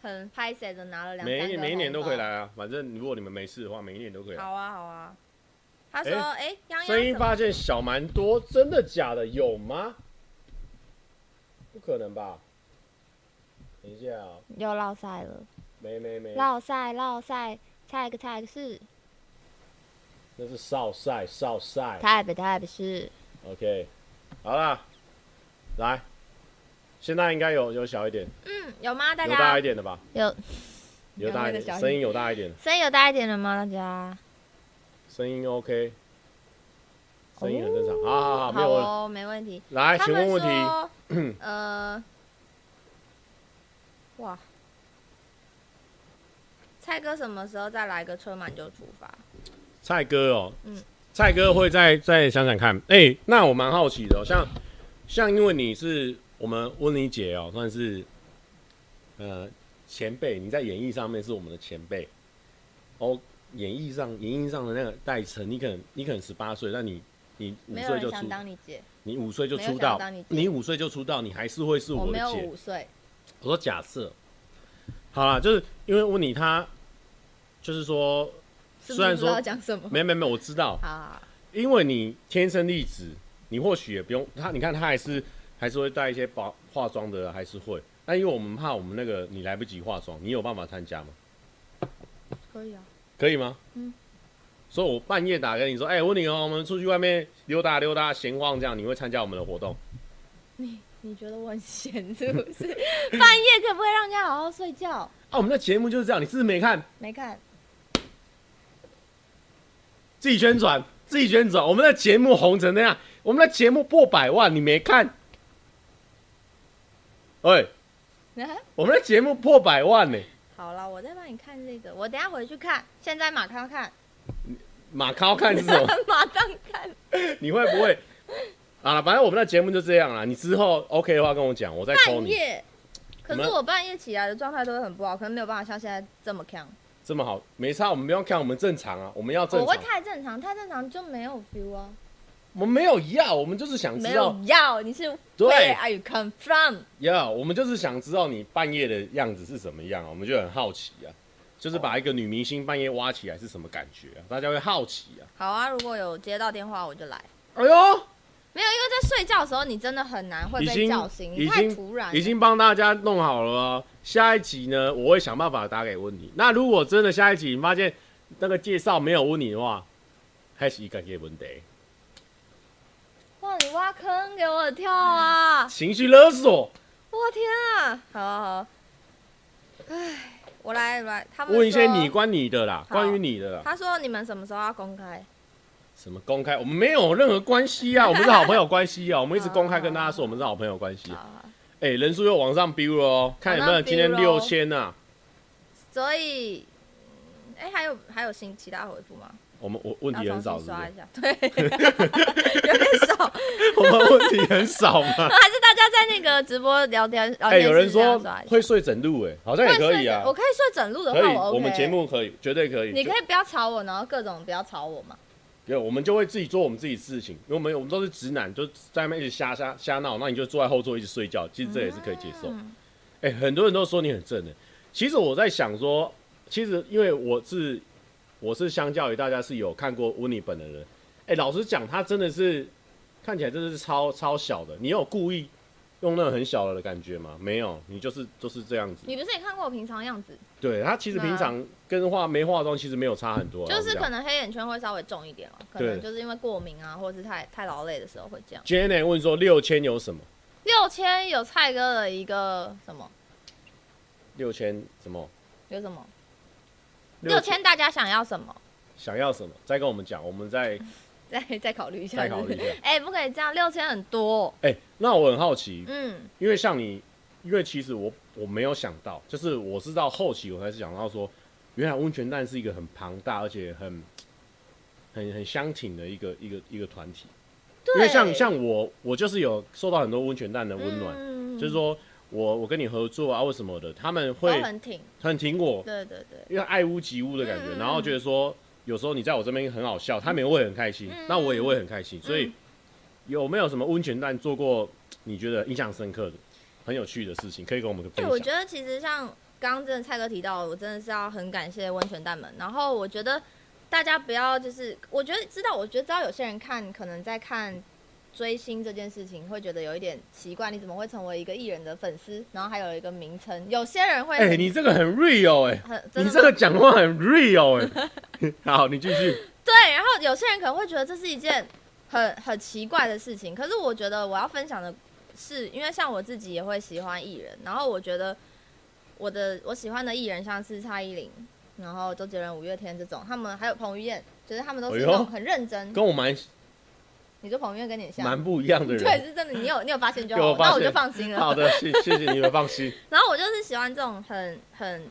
C: 很拍谁的拿了两
A: 每
C: 三
A: 一
C: 个
A: 年每一年都
C: 红
A: 可以
C: 包
A: 来啊，反正如果你们没事的话，每一年都可以来。
C: 好啊，好啊。他说：“哎、泱泱
A: 声音
C: 什么
A: 发现小蛮多，真的假的？有吗？不可能吧？等一下啊、
C: 又落赛了，
A: 没没没，
C: 落赛落赛，菜个菜个是
A: 那是少帅少帅。
C: 台北台北市，
A: OK，好啦，来，现在应该有有小一点，
C: 嗯，有吗？大
A: 有大
C: 家
A: 一点的吧？
C: 有
A: 有大一
C: 有那个小
A: 点，
C: 一点
A: 声音有大一点，
C: 声音有大一点了吗？大家
A: 声音 OK，声音很正常。好好好，啊没有问题。
C: 哦，没问题。
A: 来，
C: 他
A: 请问
C: 们
A: 问题，
C: 说， 呃，哇，蔡哥什么时候再来个车满就出发？
A: 蔡哥哦，
C: 嗯
A: 蔡哥会再再想想看。哎、那我蛮好奇的、哦，像像因为你是我们温妮姐哦，算是呃前辈，你在演艺上面是我们的前辈。哦，演艺上演艺上的那个代称，你可能你可能十八岁，但你你五
C: 没有
A: 岁
C: 人
A: 就出
C: 想，当你姐，
A: 你五岁就
C: 没有
A: 出
C: 想
A: 道
C: 当你，姐
A: 你五岁就出道，你还是会是
C: 我
A: 的
C: 没有
A: 姐。
C: 五岁，
A: 我说假设，好啦，就是因为问你他，就是说，
C: 是
A: 虽
C: 不
A: 然
C: 是不知道
A: 说
C: 讲什么？
A: 没没没，我知道，
C: 啊，
A: 因为你天生丽质，你或许也不用他，你看他还是还是会带一些保化妆的，还是会。那因为我们怕我们那个你来不及化妆，你有办法参加吗？
C: 可以啊，
A: 可以吗？
C: 嗯。
A: 所以我半夜打给你说，哎、我问你哦，我们出去外面溜达溜达、闲晃这样，你会参加我们的活动？
C: 你你觉得我很闲是不 是？半夜可不可以让人家好好睡觉？
A: 啊，我们的节目就是这样，你是不是没看？
C: 没看，
A: 自己宣传，自己宣传。我们的节目红成那样，我们的节目破百万，你没看？ 哎、我们的节目破百万呢、
C: 啊好了，我再帮你看这个，我等一下回去看，现在马上看，
A: 马超看是什么？
C: 马上看。
A: 你会不会？啊，反正我们的节目就这样啦。你之后 OK 的话跟我讲，我再扣
C: 半
A: 你。
C: 夜，可
A: 你
C: 是
A: 们
C: 我半夜起来的状态都会很不好，可能没有办法像现在这么强。
A: 这么好，没差，我们不用看，我们正常啊，我们要正
C: 我
A: 常
C: 会。太正常，太正常就没有 feel 啊，
A: 我们没有要，我们就是想
C: 没
A: 知
C: 有
A: 道
C: 要你是
A: 对
C: Where are you come from？
A: 要，我们就是想知道你半夜的样子是什么样啊，我们就很好奇啊，就是把一个女明星半夜挖起来是什么感觉啊，大家会好奇啊。
C: 好啊，如果有接到电话我就来。
A: 哎呦，
C: 没有，因为在睡觉的时候你真的很难会
A: 已
C: 被
A: 经
C: 叫醒，你
A: 已
C: 太
A: 经
C: 突然了，
A: 已经帮大家弄好了哦。下一集呢，我会想办法打给温妮。那如果真的下一集你发现那个介绍没有温妮的话，还是一个给温迪
C: 哇，你挖坑给我跳啊！
A: 情绪勒索。
C: 我天啊！好好好，唉，我来我来，他们
A: 问一些
C: 说
A: 你关你的啦，
C: 好
A: 关于你的啦，
C: 他说你们什么时候要公开？
A: 什么公开，我们没有任何关系 啊，我们是好朋友关系啊，我们一直公开
C: 好
A: 跟大家说我们是好朋友关系
C: 好
A: 啊。
C: 好好
A: 哎、人数又往上飙了哦，看有没有今天
C: 往上飙
A: 六
C: 咯
A: 千啊呐？
C: 所以，嗯哎、还有还有新其他回复吗？
A: 我们我问
C: 要
A: 题很少
C: 重
A: 是
C: 新
A: 不
C: 刷一
A: 是？
C: 下， 对， 有点少。
A: 我们问题很少 嘛？
C: 还是大家在那个直播聊天聊
A: 哎、
C: 天
A: 有人
C: 室这
A: 说
C: 样刷一下
A: 会睡整路、哎，好像也可以啊
C: 我，可以睡整路的
A: 可
C: 话，
A: 以，
C: OK。
A: 我们节目可以，绝对可以。
C: 你
A: 就
C: 可以不要吵我，然后各种不要吵我嘛。
A: 有，我们就会自己做我们自己的事情，因为我们我们都是直男，就在那边一直瞎瞎瞎闹，那你就坐在后座一直睡觉，其实这也是可以接受。
C: 嗯
A: 哎、很多人都说你很正的，其实我在想说，其实因为我是我是相较于大家是有看过温妮本人的人，哎、老实讲，他真的是看起来真的是超超小的，你有故意用那种很小的感觉吗？没有，你就是就是这样子。
C: 你不是也看过我平常样子，
A: 对他其实平常跟化没化妆其实没有差很多啊，
C: 就是
A: 我们
C: 可
A: 讲。
C: 能黑眼圈会稍微重一点哦，可
A: 对
C: 能就是因为过敏啊，或者是太太劳累的时候会这样。
A: Jenny 问说六千有什么？
C: 六千有蔡哥的一个什么？
A: 六千什么？
C: 有什么？六千大家想要什么？
A: 想要什么？再跟我们讲，我们再
C: 再再考虑一下。
A: 再考虑一下
C: 是不是。哎、不可以这样，六千很多。
A: 哎、那我很好奇，
C: 嗯，
A: 因为像你，因为其实我我没有想到，就是我是到后期我才想到说，原来温泉蛋是一个很庞大而且很很很相挺的一个一个一个团体。
C: 对。
A: 因为像像我，我就是有受到很多温泉蛋的温暖，
C: 嗯
A: 就是说我我跟你合作啊，或什么的，他们
C: 都
A: 会
C: 很挺。
A: 很挺我，
C: 对对对。
A: 因为爱屋及乌的感觉，
C: 嗯嗯嗯
A: 然后觉得说有时候你在我这边很好笑，他们也会很开心，
C: 嗯
A: 那我也会很开心。所以
C: 嗯
A: 有没有什么温泉蛋做过你觉得印象深刻的、很有趣的事情，可以跟我们分
C: 对，
A: 享？
C: 我觉得其实像刚刚真的蔡哥提到，我真的是要很感谢温泉蛋们。然后我觉得大家不要就是，我觉得知道，我觉得知道有些人看可能在看追星这件事情，会觉得有一点奇怪，你怎么会成为一个艺人的粉丝？然后还有一个名称，有些人会
A: 哎、
C: 很
A: 你这个很 real 哎、
C: 很真
A: 你
C: 的
A: 这个讲话很 real 哎、好，你继续。
C: 对，然后有些人可能会觉得这是一件很很奇怪的事情，可是我觉得我要分享的是，因为像我自己也会喜欢艺人，然后我觉得我的我喜欢的艺人像是蔡依林，然后周杰伦、五月天这种，他们还有彭于晏，就是他们都是
A: 哎
C: 那
A: 呦
C: 种很认真。
A: 跟我蛮
C: 你说彭于晏跟你很像
A: 蛮，不一样的
C: 对，
A: 人。
C: 是真的，你有你有发现就
A: 有
C: 好，
A: 发
C: 那我就
A: 现
C: 放心了。
A: 好的，谢谢谢你们放心。
C: 然后我就是喜欢这种很很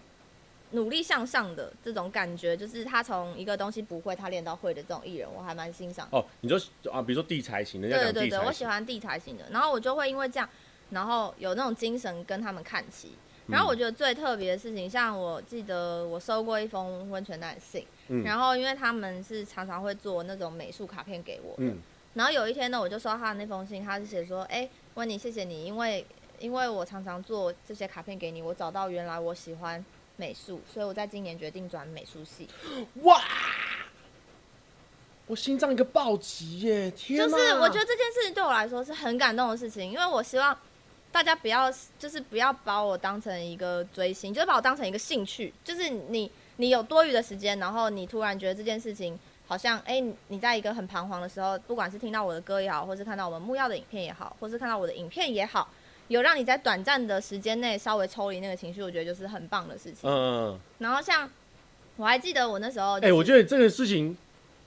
C: 努力向上的这种感觉，就是他从一个东西不会，他练到会的这种艺人，我还蛮欣赏的。
A: 哦，你就啊，比如说地才型，人家
C: 对
A: 讲
C: 对
A: 地
C: 对，
A: 才
C: 我喜
A: 型，
C: 欢地才型的，然后我就会因为这样，然后有那种精神跟他们看齐。然后
A: 嗯
C: 我觉得最特别的事情，像我记得我收过一封温泉蛋的信，
A: 嗯
C: 然后因为他们是常常会做那种美术卡片给我，
A: 嗯
C: 然后有一天呢，我就收到他的那封信，他是写说，哎、温妮，谢谢你，因为因为我常常做这些卡片给你，我找到原来我喜欢美术，所以我在今年决定转美术系，
A: 哇！我心脏一个暴击耶！天啊
C: 就是
A: 哪
C: 我觉得这件事情对我来说是很感动的事情，因为我希望大家不要就是不要把我当成一个追星，就是把我当成一个兴趣，就是你你有多余的时间，然后你突然觉得这件事情好像哎、你你在一个很彷徨的时候，不管是听到我的歌也好，或是看到我们木曜的影片也好，或是看到我的影片也好，有让你在短暂的时间内稍微抽离那个情绪，我觉得就是很棒的事情。
A: 嗯，嗯
C: 然后像我还记得我那时候、
A: 哎、
C: 就是，
A: 我 觉得这个事情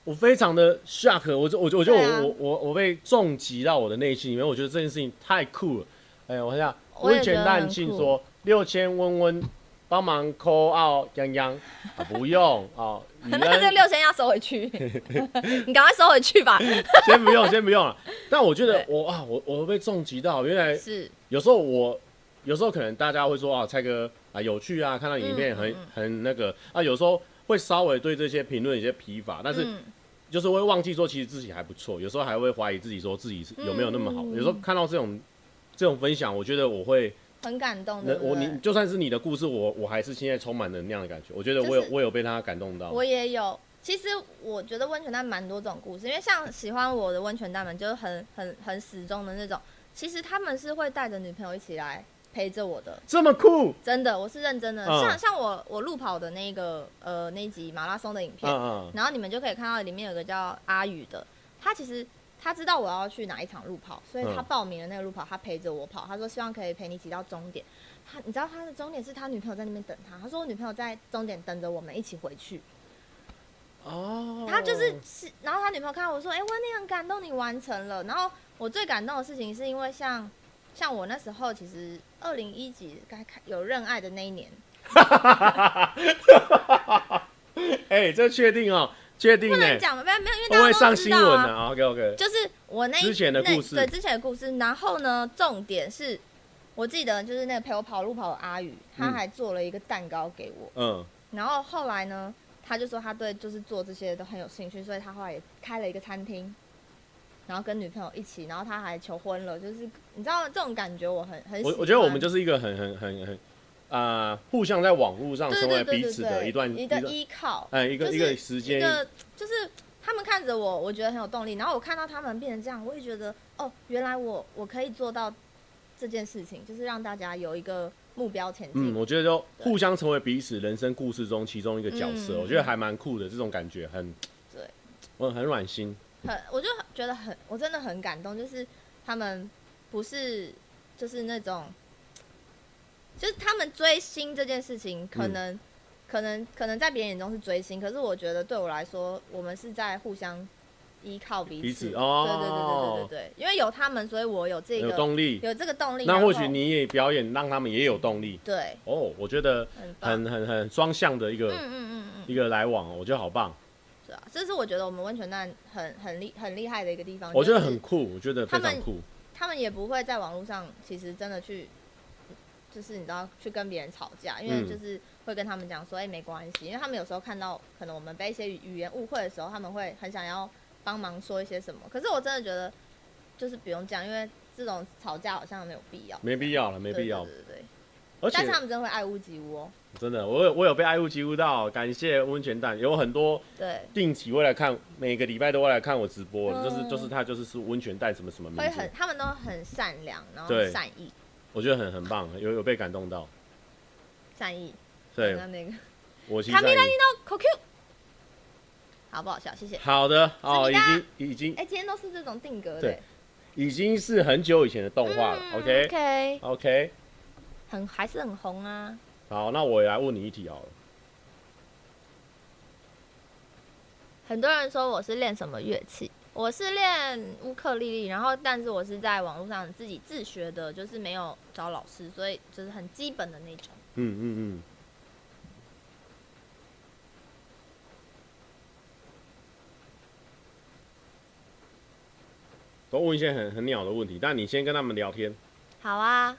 A: 我非常的 shock，我就我就我觉得
C: 对啊
A: 我、我我我被重击到我的内心里面，我觉得这件事情太酷了。哎、我想
C: 我也
A: 温泉
C: 觉得
A: 蛋
C: 很
A: 信
C: 酷
A: 说六千温温帮忙 call out 泱泱，啊、不用啊，雨
C: 那这
A: 恩
C: 六千要收 回去，你赶快收回去吧。
A: 先不用先不用了。但我觉得
C: 对
A: 我啊，我我被重击到，原来
C: 是，
A: 有时候我，有时候可能大家会说啊，蔡哥啊有趣啊，看到影片
C: 嗯
A: 很、
C: 嗯嗯
A: 很那个啊，有时候会稍微对这些评论有些疲乏，但是
C: 嗯
A: 就是会忘记说其实自己还不错，有时候还会怀疑自己说自己是有没有那么好。
C: 嗯
A: 有时候看到这种这种分享，我觉得我会，
C: 很感动
A: 那
C: 的。
A: 我你就算是你的故事，我我还是现在充满能量的感觉。我觉得我有、
C: 就是
A: 我有被他感动到
C: 我。也有。其实我觉得温泉蛋蛮多种故事，因为像喜欢我的温泉蛋们，就是很很很死忠的那种。其实他们是会带着女朋友一起来陪着我的，
A: 这么酷，
C: 真的，我是认真的。
A: 嗯
C: 像像我我路跑的那个呃那一集马拉松的影片，
A: 嗯嗯，
C: 然后你们就可以看到里面有个叫阿宇的，他其实他知道我要去哪一场路跑，所以他
A: 嗯
C: 报名了那个路跑，他陪着我跑。他说希望可以陪你骑到终点。他你知道他的终点是他女朋友在那边等他，他说我女朋友在终点等着我们一起回去。
A: 哦，
C: 他就是是，然后他女朋友看到我说：“哎、温妮很感动，你完成了。”然后我最感动的事情是因为像像我那时候其实二零一几该开有认爱的那一年，
A: 哎、这确定哦，确定
C: 不
A: 哎、
C: 能讲没有没有，
A: 会
C: 因为
A: 不
C: 大
A: 会
C: 家
A: 上
C: 都知
A: 新
C: 道
A: 闻
C: 啊。
A: 啊？OK OK，
C: 就是我那一
A: 之前的故事
C: 那对之前的故事。然后呢，重点是我记得就是那个陪我跑路跑的阿宇，他
A: 嗯
C: 还做了一个蛋糕给我。
A: 嗯，
C: 然后后来呢，他就说他对就是做这些都很有兴趣，所以他后来也开了一个餐厅，然后跟女朋友一起，然后他还求婚了，就是你知道这种感觉我很很喜
A: 我
C: 欢
A: 我觉得我们就是一个很很很很啊、呃互相在网络上
C: 对
A: 成
C: 对
A: 为
C: 对
A: 彼
C: 对
A: 此的
C: 对
A: 一段
C: 一
A: 段
C: 个依靠，
A: 哎一个
C: 就是
A: 一个时
C: 一
A: 间
C: 个就是他们看着我，我觉得很有动力，然后我看到他们变成这样，我也觉得哦，原来我我可以做到这件事情，就是让大家有一个目标前
A: 嗯，
C: 进。
A: 我觉得就互相成为彼此人生故事中其中一个角色，
C: 嗯
A: 我觉得还蛮酷的，这种感觉很
C: 对，
A: 我很暖心。
C: 很，我就觉得很，我真的很感动，就是他们不是就是那种，就是他们追星这件事情，可
A: 嗯
C: 能、可能可能在别人眼中是追星，可是我觉得对我来说，我们是在互相依靠彼此。
A: 彼此哦
C: 对对对对对对对，因为有他们，所以我有这个
A: 有动力。
C: 有这个动力。
A: 那
C: 然后
A: 或许你也表演，让他们也有动力
C: 对
A: 哦。我觉得
C: 很棒，
A: 很很很双向的一个、
C: 嗯嗯嗯嗯，
A: 一个来往哦，我觉得好棒，
C: 是啊，这是我觉得我们温泉蛋很很厉很厉害的一个地方。
A: 我觉得
C: 就是
A: 很酷，我觉得非
C: 他
A: 常
C: 们
A: 酷。
C: 他们也不会在网络上，其实真的去，就是你知道去跟别人吵架，因为
A: 嗯
C: 就是会跟他们讲说，哎、没关系，因为他们有时候看到可能我们被一些语语言误会的时候，他们会很想要帮忙说一些什么。可是我真的觉得，就是不用这样，因为这种吵架好像没有必要，
A: 没必要了，没
C: 对
A: 必要
C: 对。对对对
A: 而且
C: 但是他们真的会爱屋及乌哦，
A: 真的，我有我有被爱物击入到，感谢温泉蛋，有很多
C: 对，
A: 定期会来看，每个礼拜都会来看我直播，
C: 嗯
A: 就是就是他就是是温泉蛋什么什么名
C: 会
A: 字
C: 很，，他们都很善良，然后
A: 对
C: 善意，
A: 我觉得很很棒，有有被感动到。
C: 善意。
A: 对
C: 那，那个
A: 我其实
C: 卡米拉
A: 在
C: 尼诺 q Q，好不好笑？谢谢。
A: 好的哦，已
C: 是你的啊
A: 经已经
C: 哎、今天都是这种定格的、
A: 对已经是很久以前的动画了。
C: 嗯
A: OK
C: OK，
A: OK，
C: 很还是很红啊。
A: 好，那我也来问你一题好了。
C: 很多人说我是练什么乐器，我是练乌克丽丽，然后但是我是在网络上自己自学的，就是没有找老师，所以就是很基本的那种。
A: 嗯嗯嗯，都问一些很很鸟的问题，但你先跟他们聊天。
C: 好啊，啊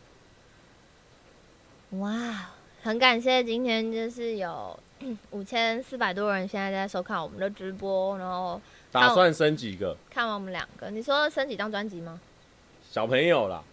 C: 哇，很感谢今天就是有 五千四百多人现在在收看我们的直播，然后
A: 打算生几个
C: 看完我们两个，你说升几张专辑吗？
A: 小朋友啦？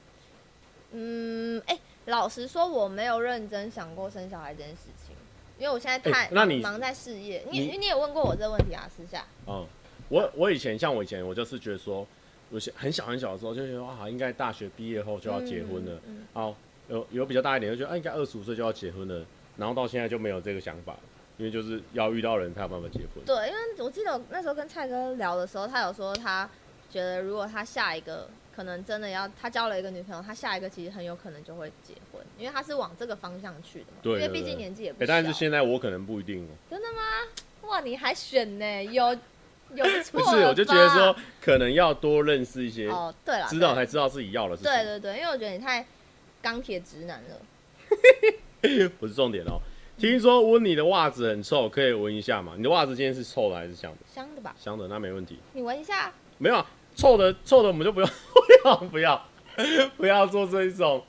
C: 嗯，哎、老实说，我没有认真想过生小孩这件事情，因为我现在太、
A: 哎那你
C: 忙在事业。你
A: 你
C: 你也问过我这个问题啊，私下。
A: 嗯，我我以前像我以前，我就是觉得说，我小很小很小的时候就觉得啊，应该大学毕业后就要结婚了。
C: 嗯
A: 哦，有有比较大一点就觉得，啊，应该二十五岁就要结婚了，然后到现在就没有这个想法，因为就是要遇到人才有办法结婚。
C: 对，因为我记得我那时候跟蔡哥聊的时候，他有说他觉得如果他下一个可能真的要他交了一个女朋友，他下一个其实很有可能就会结婚，因为他是往这个方向去的嘛。
A: 对
C: 因为
A: 对
C: 毕竟
A: 对
C: 年纪也不
A: 哎、
C: 小。
A: 但是现在我可能不一定哦。
C: 真的吗？哇，你还选呢？有 有不错
A: 不是，
C: 了
A: 我就觉得
C: 吧
A: 说，可能要多认识一些，
C: 啊哦，对了，
A: 知道
C: 对
A: 才知道自己要的是什
C: 对
A: 么。
C: 对对，因为我觉得你太钢铁直男了。
A: 不是重点哦。听说温你的袜子很臭，可以闻一下吗？你的袜子今天是臭的还是香的？
C: 香的吧？
A: 香的那没问题。
C: 你闻一下，
A: 没有啊臭的，臭的我们就不用，不要不要不要做这一种。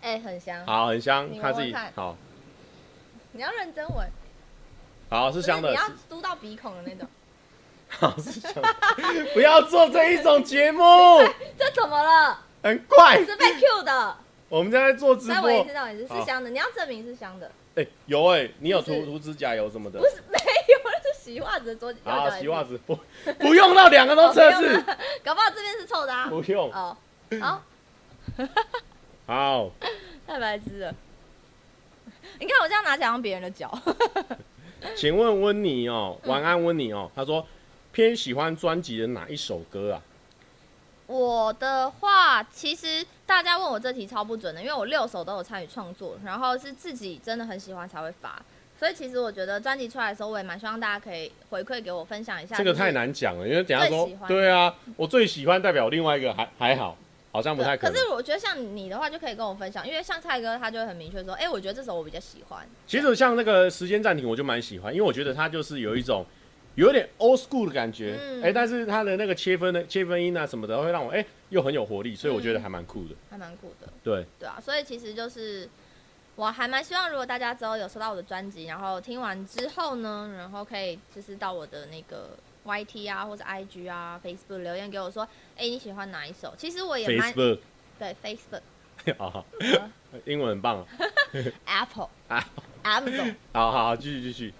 C: 哎、很香。
A: 好，很香
C: 你，闻
A: 他自
C: 闻
A: 己
C: 看
A: 好
C: 你要认真闻，
A: 好是
C: 不是
A: 香的，
C: 你要
A: 是
C: 嘟到鼻孔的那种。
A: 好是香的。 不要做这一种节 目，
C: 这怎么了？
A: 很快。
C: 是被 Q 的。
A: 我们在做直
C: 再
A: 播
C: 闻一，次，再闻一次，
A: 好
C: 是香的。你要证明是香的，
A: 哎、有哎、你有
C: 不是
A: 涂涂指甲油什么的
C: 不。是没有，是洗袜子的左
A: 好，啊洗袜
C: 子，
A: 子不不用到两个都测试，
C: 搞 不好这边是臭的啊。
A: 不用。
C: 哦，好，
A: 好，
C: 太白痴了。 你看我这样拿起来像别人的脚，
A: 请问温妮哦，
C: 嗯
A: 晚安温妮哦，他说偏喜欢专辑的哪一首歌啊？
C: 我的话，其实大家问我这题超不准的，因为我六首都有参与创作，然后是自己真的很喜欢才会发，所以其实我觉得专辑出来的时候，我也蛮希望大家可以回馈给我分享一下。
A: 这个
C: 就是
A: 太难讲了，因为等下
C: 最
A: 说
C: 喜欢
A: 对啊，我最喜欢代表另外一个还还好，好像不
C: 对。
A: 太可能。
C: 是我觉得像你的话，就可以跟我分享，因为像蔡哥他就会很明确说，哎、我觉得这首我比较喜欢。
A: 其实像那个时间暂停，我就蛮喜欢，因为我觉得它就是有一种有点 old school 的感觉，哎、
C: 嗯
A: 但是它的那个切分的切分音啊什么的，会让我哎、又很有活力，所以我觉得还蛮酷的。
C: 还蛮酷的，
A: 对，
C: 对啊，所以其实就是我还蛮希望，如果大家之后有收到我的专辑，然后听完之后呢，然后可以就是到我的那个 YT 啊，或者 IG 啊、Facebook 留言给我说，哎、你喜欢哪一首？其实我也蛮
A: Facebook
C: 对 Facebook、
A: 好好
C: 呃、
A: 英文很棒哦，
C: Apple
A: 啊、
C: Amazon
A: 好好好，继续继续，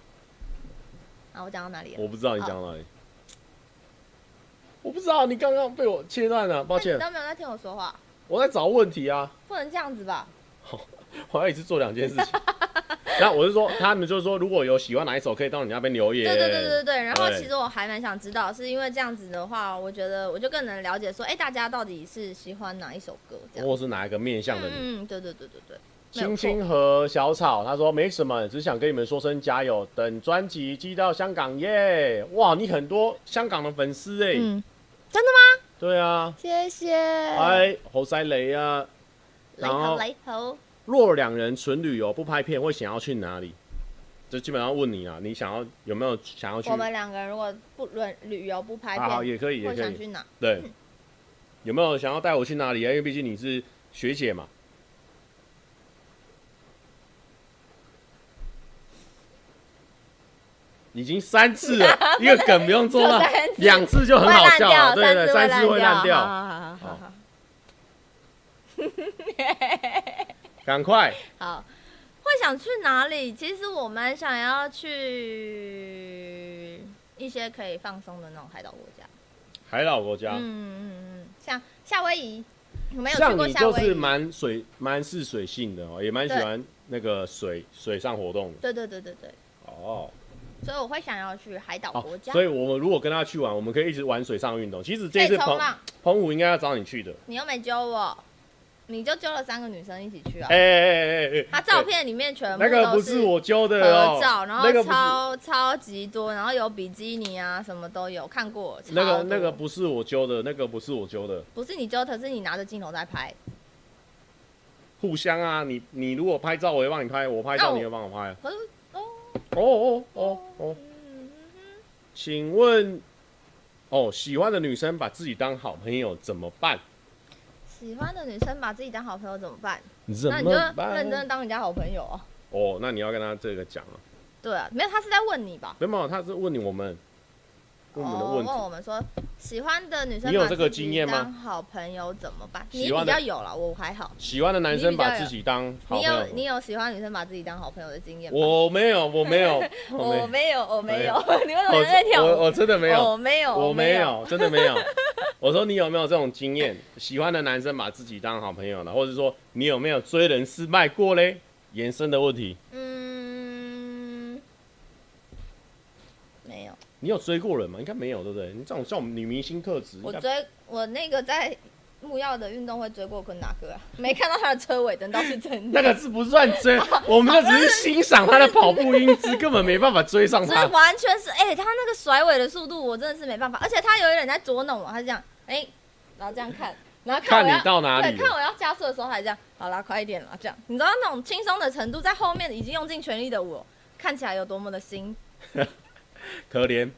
C: 啊，我讲到哪里了？
A: 我不知道你讲到哪里。我不知道你刚刚被我切断了，抱
C: 那
A: 歉
C: 哎你，都没有在听我说话，
A: 我在找问题啊。
C: 不能这样子吧？
A: 我要一次做两件事 情。然后我是说，他们就是说，如果有喜欢哪一首，可以到你那边留言。
C: 对对对对对对。然后
A: 对
C: 其实我还蛮想知道，是因为这样子的话，我觉得我就更能了解说，哎、大家到底是喜欢哪一首歌这样。
A: 或是哪一个面向哦的你。
C: 嗯嗯，对对对对对。没有
A: 青
C: 错
A: 青和小草，他说没什么，只想跟你们说声加油，等专辑寄到香港耶！哇，你很多香港的粉丝哎、
C: 嗯，真的吗？
A: 对啊，
C: 谢谢。
A: 哎，侯赛雷啊，
C: 雷
A: 然后
C: 头雷头，
A: 若两人纯旅游不拍片，会想要去哪里？就基本上问你啊，你想要有没有想要去？
C: 我们两个人如果不旅旅游不拍
A: 啊，好，
C: 片，
A: 也可以，也
C: 会
A: 可
C: 想
A: 以，
C: 去哪？
A: 对，有没有想要带我去哪里啊？因为毕竟你是学姐嘛。已经三次了， 一个梗不用做到
C: 做三次
A: 两次就很
C: 会
A: 好
C: 烂
A: 笑了，
C: 掉，
A: 对对，
C: 三
A: 三
C: 次
A: 次会烂
C: 掉。
A: 掉，
C: 好好好好好
A: 赶快！
C: 好，会想去哪里？其实我蛮想要去一些可以放松的那种海岛国家。
A: 海岛国家
C: 嗯，嗯嗯，像夏威夷，我没有去
A: 像
C: 过
A: 你
C: 夏
A: 就
C: 威
A: 是
C: 夷。
A: 蛮水蛮是水性的哦，也蛮喜欢那个水水上活动的
C: 对对对对对，
A: 哦。
C: 所以我会想要去海岛
A: 好
C: 国，家。
A: 所以我们如果跟他去玩，我们可以一直玩水上运动。其实
C: 可
A: 这
C: 以
A: 次
C: 冲啊
A: 澎
C: 浪，
A: 澎湖应该要找你去的，
C: 你又没揪我，你就揪了三个女生一起去啊
A: 哎。哎哎哎哎，哎
C: 他照片里面全部
A: 那个
C: 都
A: 不是我揪的哦
C: 合，照，然后
A: 那个不是
C: 超超级多，然后有比基尼啊，什么都有，看过。
A: 那
C: 超
A: 个
C: 多
A: 那个不是我揪的，那个不是我揪的，
C: 不是你揪，可是你拿着镜头在拍。
A: 互相啊，你你如果拍照，我会帮你拍；我拍照，
C: 哦
A: 你会帮我拍啊。
C: 可是哦
A: 哦哦哦哦，
C: 嗯哼
A: 请问，哦，喜欢的女生把自己当好朋友怎么办？
C: 喜欢的女生把自己当好朋友怎么办？
A: 你怎
C: 那你就
A: 么
C: 认真
A: 办？
C: 当人家好朋友哦。
A: 哦，那你要跟他这个讲啊，
C: 对啊，没有，他是在问你吧？
A: 没有没有，他是问你我们问我们的
C: 哦
A: 问题，
C: 问我们说喜欢的女生
A: 你有
C: 把
A: 这个
C: 自己
A: 经验吗
C: 当好朋友怎么办？你
A: 喜欢
C: 比
A: 的
C: 较有了，我还好。
A: 喜欢的男生把
C: 你比较有
A: 自己当好朋
C: 你有
A: 友，
C: 你有喜欢女生把自己当好朋友的经验吗？
A: 我没有，我没有，
C: 我
A: 我
C: 没有，我哦没有
A: 没。
C: 你为什么
A: 我
C: 在跳
A: 我
C: 舞？哦
A: 我真的没有，
C: 我没有，
A: 我
C: 没
A: 哦没。有，真的没有。 我说你有没有这种经验？喜欢的男生把自己当好朋友呢，或者说你有没有追人失败过嘞？延伸的问题，
C: 嗯，没有。
A: 你有追过人吗？应该没有，对不对？你这种像我们女明星特质，应
C: 我
A: 该
C: 追我那个在木曜的运动会追过坤达哥啊，没看到他的车尾灯倒是真 的，
A: 那个是不算 追，我们那只是欣赏他的跑步英 姿，根本没办法追上
C: 这
A: 他。
C: 完全是哎、他那个甩尾的速度我真的是没办法，而且他有一点在捉弄我，他就这样哎、然后这样看，然后
A: 看
C: 看我
A: 你
C: 要
A: 到哪
C: 对，
A: 里
C: 看
A: 了？
C: 我要加速的时候还这样，好啦，快一点啦，这样，你知道那种轻松的程度，在后面已经用尽全力的我，看起来有多么的新。
A: 可怜，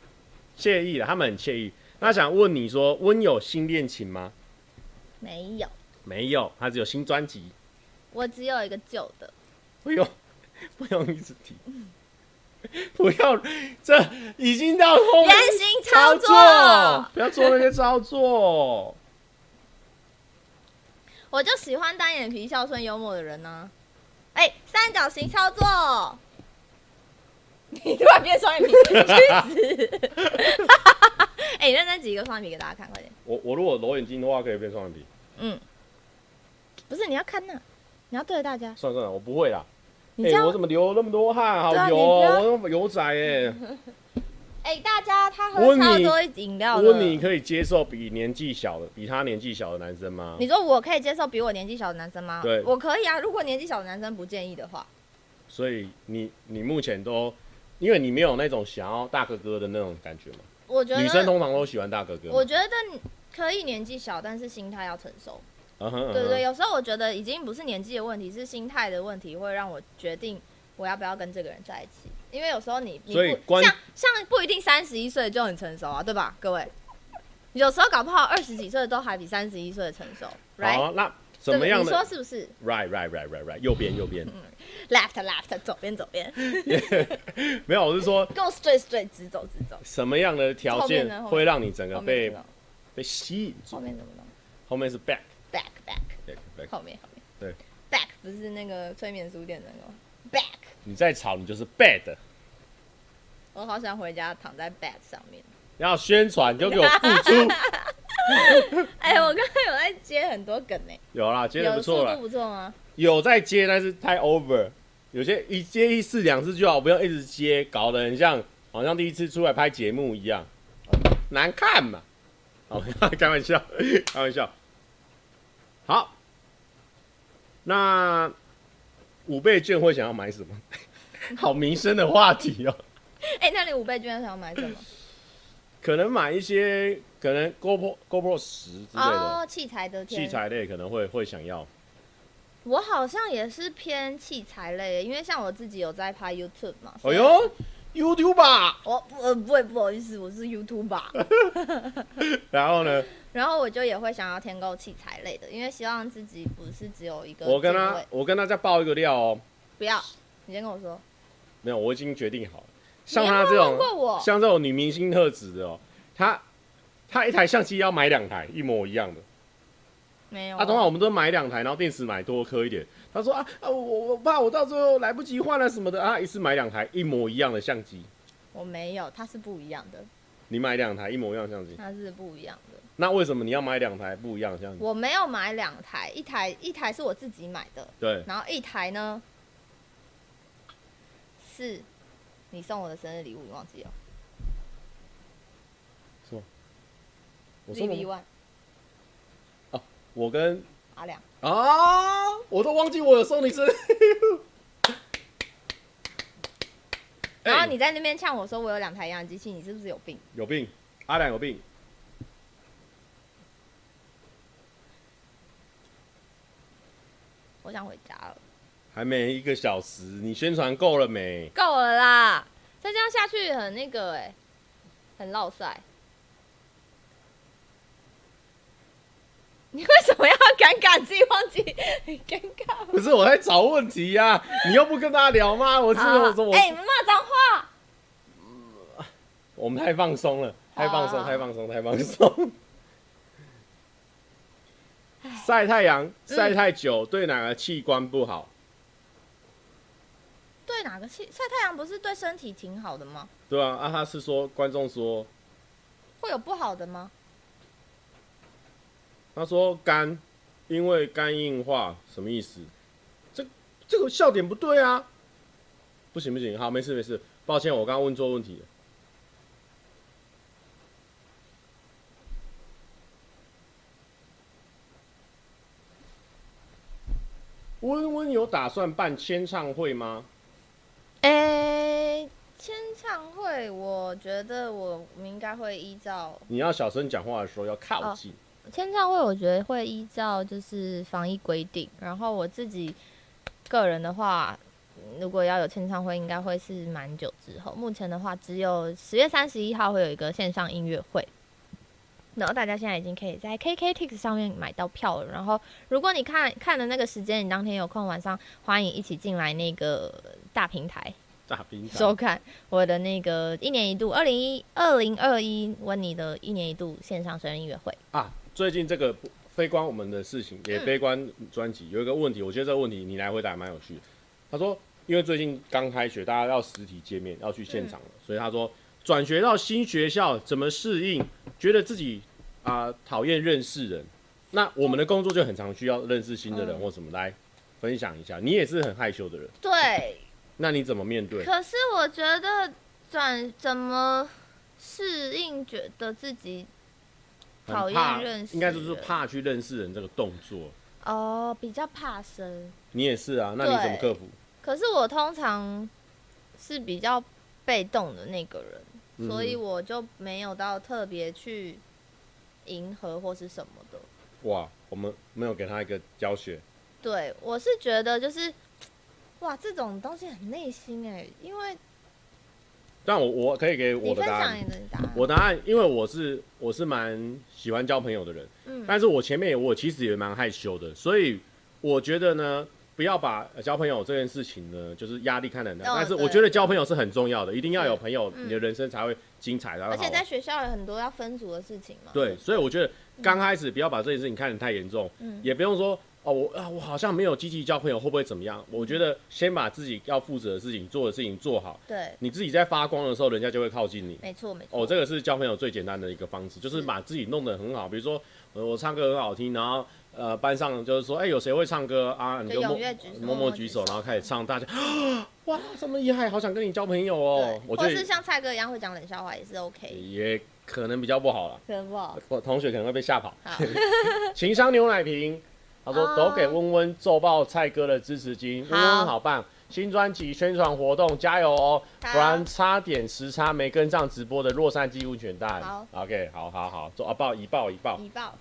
A: 惬意了，他们很惬意。那想问你说，温有新恋情吗？
C: 没有，
A: 没有，他只有新专辑。
C: 我只有一个旧的，
A: 不用， 不用一直提， 不要，这已经到后面
C: 原型操作。
A: 不要做那些操作。
C: 我就喜欢单眼皮、孝顺、幽默的人呢、哎、三角形操作， 你突然变双眼皮，去死！ 哎、认真挤一个双眼皮给大家看，快点。
A: 我我如果揉眼睛的话，可以变双眼皮。
C: 嗯，不是你要看那、你要对着大家，
A: 算了算了，我不会啦。
C: 你
A: 哎
C: 这样
A: 我，怎么流那么多汗？好
C: 对啊
A: 油
C: 你不
A: 哦，
C: 要嗯
A: 我那么油仔哎。
C: 哎、大家他喝
A: 我问你
C: 超多饮料
A: 我
C: 的。
A: 问你，可以接受比年纪小的、比他年纪小的男生吗？
C: 你说我可以接受比我年纪小的男生吗？
A: 对
C: 我可以啊。如果年纪小的男生不建议的话，
A: 所以你你目前都，因为你没有那种想要大哥哥的那种感觉嘛。
C: 我觉得
A: 女生通常都喜欢大哥哥嘛。
C: 我觉得你可以年纪小，但是心态要成熟。
A: 嗯哼嗯哼
C: 对对对，有时候我觉得已经不是年纪的问题，是心态的问题，会让我决定我要不要跟这个人在一起。因为有时候你你
A: 所以
C: 不
A: 关
C: 像像不一定三十一岁就很成熟啊，对吧，各位？有时候搞不好二十几岁都还比三十一岁的成熟，right？
A: 好，啊那哦怎
C: 对不
A: 么
C: 对
A: 样
C: 你
A: 的
C: 说是不是
A: Right, right, right, right, right，右边右边，
C: ？left left 左边左边，
A: 没有，我是说
C: 跟我 straight straight 直走直走。
A: 什么样的条
C: 后面呢
A: 件
C: 后面
A: 会让你整个
C: 后面
A: 被
C: 怎么弄？
A: 被吸引住？
C: 后面怎么弄
A: 后面是 back，
C: ？back back
A: back, back
C: 后面后面。
A: 对
C: ，back 不是那个催眠书店的那个 back。
A: 你再吵你就是 bad，
C: 我好想回家躺在 bed 上面。
A: 要宣传就给我付 出。
C: 哎、我刚刚有在接很多梗呢、
A: 有啦，接的
C: 有
A: 不
C: 速
A: 错啊了，
C: 度不错啊吗？
A: 有在接，但是太 over，有些一接一次两次就好，不要一直接，搞得很像好像第一次出来拍节目一样，难看嘛。好， 开玩笑，开玩笑。好，那五倍券会想要买什么？ 好民生的话题哦，
C: 哎、那你五倍券想要买什么？
A: 可能买一些可能 GoPro GoPro 十之类的、
C: 哦，器材的天
A: 器。材类，可能会会想要。
C: 我好像也是偏器材类的，因为像我自己有在拍 YouTube 嘛。
A: 哎
C: 所以
A: 呦，YouTube 吧。
C: 我不呃不会不好意思，我 是 YouTuber，
A: 然后呢，
C: 然后我就也会想要添购器材类的，因为希望自己不是只有一个。
A: 我跟他我跟他再爆一个料哦，
C: 不要，你先跟我说。
A: 没有，我已经决定好了。
C: 你
A: 像
C: 有没
A: 他
C: 有
A: 这种
C: 问过我，
A: 像这种女明星特质的哦，他他一台相机要买两台一模一样的。
C: 没有
A: 啊，通常我们都买两台，然后电池买多颗一点。他说啊啊，我我怕我到最后来不及换了什么的啊，一次买两台一模一样的相机，
C: 我没有，它是不一样的，
A: 你买两台一模一样的相机，
C: 它是不一样的。
A: 那为什么你要买两台不一样的相机？
C: 我没有买两台，一台一台是我自己买的，
A: 对，
C: 然后一台呢是你送我的生日礼物，你忘记了
A: 我说
C: v B
A: 我
C: One
A: 我跟
C: 阿亮，
A: 啊，我都忘记我有送你生日 礼物。
C: 然后
A: 哎
C: 你在那边呛我说我有两台一样的机器，你是不是有病？
A: 有病，阿良有病。
C: 我想回家了，
A: 还没一个小时，你宣传够了没？
C: 够了啦，再这样下去很那个哎、很落塞。你为什么要 尴尬？自己忘记很尴尬。
A: 不是我在找问题呀、你又不跟大家聊吗？我是我说我、
C: 哎，你们骂脏话，
A: 我们太放松了，太放松，
C: 好
A: 太放松，太放松。
C: 哎
A: 晒太阳
C: 嗯
A: 晒太久对哪个器官不好？
C: 对哪个气？晒太阳不是对身体挺好的吗？
A: 对啊，啊他是说观众说，
C: 会有不好的吗？
A: 他说肝因为肝硬化什么意思？这这个笑点不对啊！不行不行，好没事没事，抱歉我刚刚问错问题了。温温有打算办签唱会吗？
C: 哎、签唱会，我觉得我们应该会依照
A: 你要小声讲话的时候要靠近。
C: 签唱会，我觉得会依照就是防疫规定，然后我自己个人的话，如果要有签唱会，应该会是蛮久之后。目前的话，只有十月三十一号会有一个线上音乐会。然后大家现在已经可以在 KKTix 上面买到票了。然后，如果你看看的那个时间，你当天有空，晚上欢迎一起进来那个大平台
A: 大平台
C: 收看我的那个一年一度二零一二零二一温妮的一年一度线上生日音乐会。
A: 啊，最近这个不非关我们的事情，也
C: 嗯
A: 非关专辑。有一个问题，我觉得这个问题你来回答蛮有趣的。他说，因为最近刚开学，大家要实体见面，要去现
C: 嗯
A: 场了，所以他说转学到新学校怎么适应？觉得自己啊讨厌认识人。那我们的工作就很常需要认识新的人
C: 嗯
A: 或什么，来分享一下。你也是很害羞的人，
C: 对，
A: 那你怎么面对？
C: 可是我觉得转怎么适应，觉得自己
A: 很
C: 讨
A: 怕
C: 厌认识人
A: 应该就是怕去认识人这个动作。
C: 哦比较怕生。
A: 你也是啊，那你怎么
C: 对
A: 克服？
C: 可是我通常是比较被动的那个人，
A: 嗯
C: 所以我就没有到特别去迎合或是什么的。
A: 哇，我们没有给他一个教学。
C: 对，我是觉得就是，哇，这种东西很内心哎、因为
A: 但我我可以给
C: 你
A: 我的
C: 分
A: 答
C: 享
A: 案
C: 你，的答案，
A: 我答案，因为我是我是蛮喜欢交朋友的人，
C: 嗯
A: 但是我前面也我其实也蛮害羞的，所以我觉得呢，不要把呃交朋友这件事情呢，就是压力看得很大。
C: 哦
A: 但是我
C: 对
A: 觉得交朋友是很重要的，一定要有
C: 是
A: 朋友，
C: 嗯
A: 你的人生才会精彩，然后
C: 而
A: 好玩
C: 且在学校有很多要分组的事情嘛。
A: 对，所以我觉得刚开始不要把这件事情看得太严重，
C: 嗯
A: 也不用说哦，我啊，我好像没有积极交朋友，会不会怎么样？我觉得先把自己要负责的事情、做的事情做好，
C: 对，
A: 你自己在发光的时候，人家就会靠近你。
C: 没错没错。
A: 哦，这个是交朋友最简单的一个方式，就是把自己弄得很好。比如说，呃我唱歌很好听，然后呃，班上就是说，哎、有谁会唱歌啊？你
C: 就
A: 就
C: 踊
A: 默
C: 跃举手
A: 默默举手，然后开始唱，大家啊，哇，这么厉害，好想跟你交朋友哦
C: 对。
A: 我觉
C: 或是
A: 得
C: 像蔡哥一样会讲冷笑话也是 OK，
A: 也可能比较不好了，
C: 可不好？
A: 我同学可能会被吓跑。
C: 好，
A: 情商牛奶瓶，他说
C: 啊
A: 都给温温奏爆蔡哥的支持金，温温
C: 好
A: 好棒，新专辑宣传活动加油哦，
C: 好
A: 不然差点时差没跟上直播的洛杉矶温泉蛋。
C: 好
A: o k 好好好，做啊报一报一报。
C: 你报，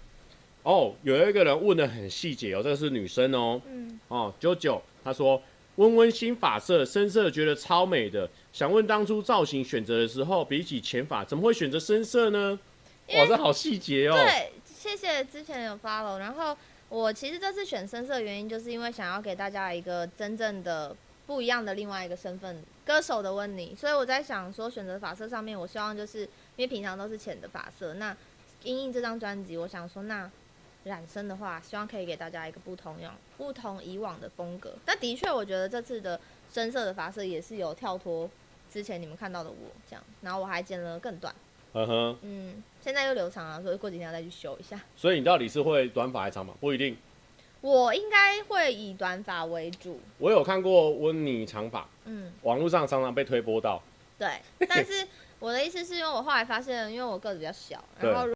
A: 哦，有一个人问的很细节哦，这个是女生哦，
C: 嗯，
A: 哦九九，她说温温新发色深色觉得超美的，想问当初造型选择的时候，比起浅发怎么会选择深色呢？
C: 因
A: 哇，
C: 为
A: 这好细节哦。
C: 对，谢谢之前有 follow，然后我其实这次选深色的原因就是因为想要给大家一个真正的不一样的另外一个身份，歌手的温妮，所以我在想说选择发色上面，我希望就是因为平常都是浅的发色，那因应这张专辑，我想说那。染深的话，希望可以给大家一个不同样、不同以往的风格。那的确，我觉得这次的深色的发色也是有跳脱之前你们看到的我这样，然后我还剪了更短，
A: 嗯哼，
C: 嗯，现在又留长了，所以过几天要再去修一下。
A: 所以你到底是会短发还是长发？不一定。
C: 我应该会以短发为主，
A: 我有看过温妮长发，
C: 嗯，
A: 网络上常常被推播到。
C: 对。但是我的意思是因为我后来发现，因为我个子比较小，
A: 对
C: 然后如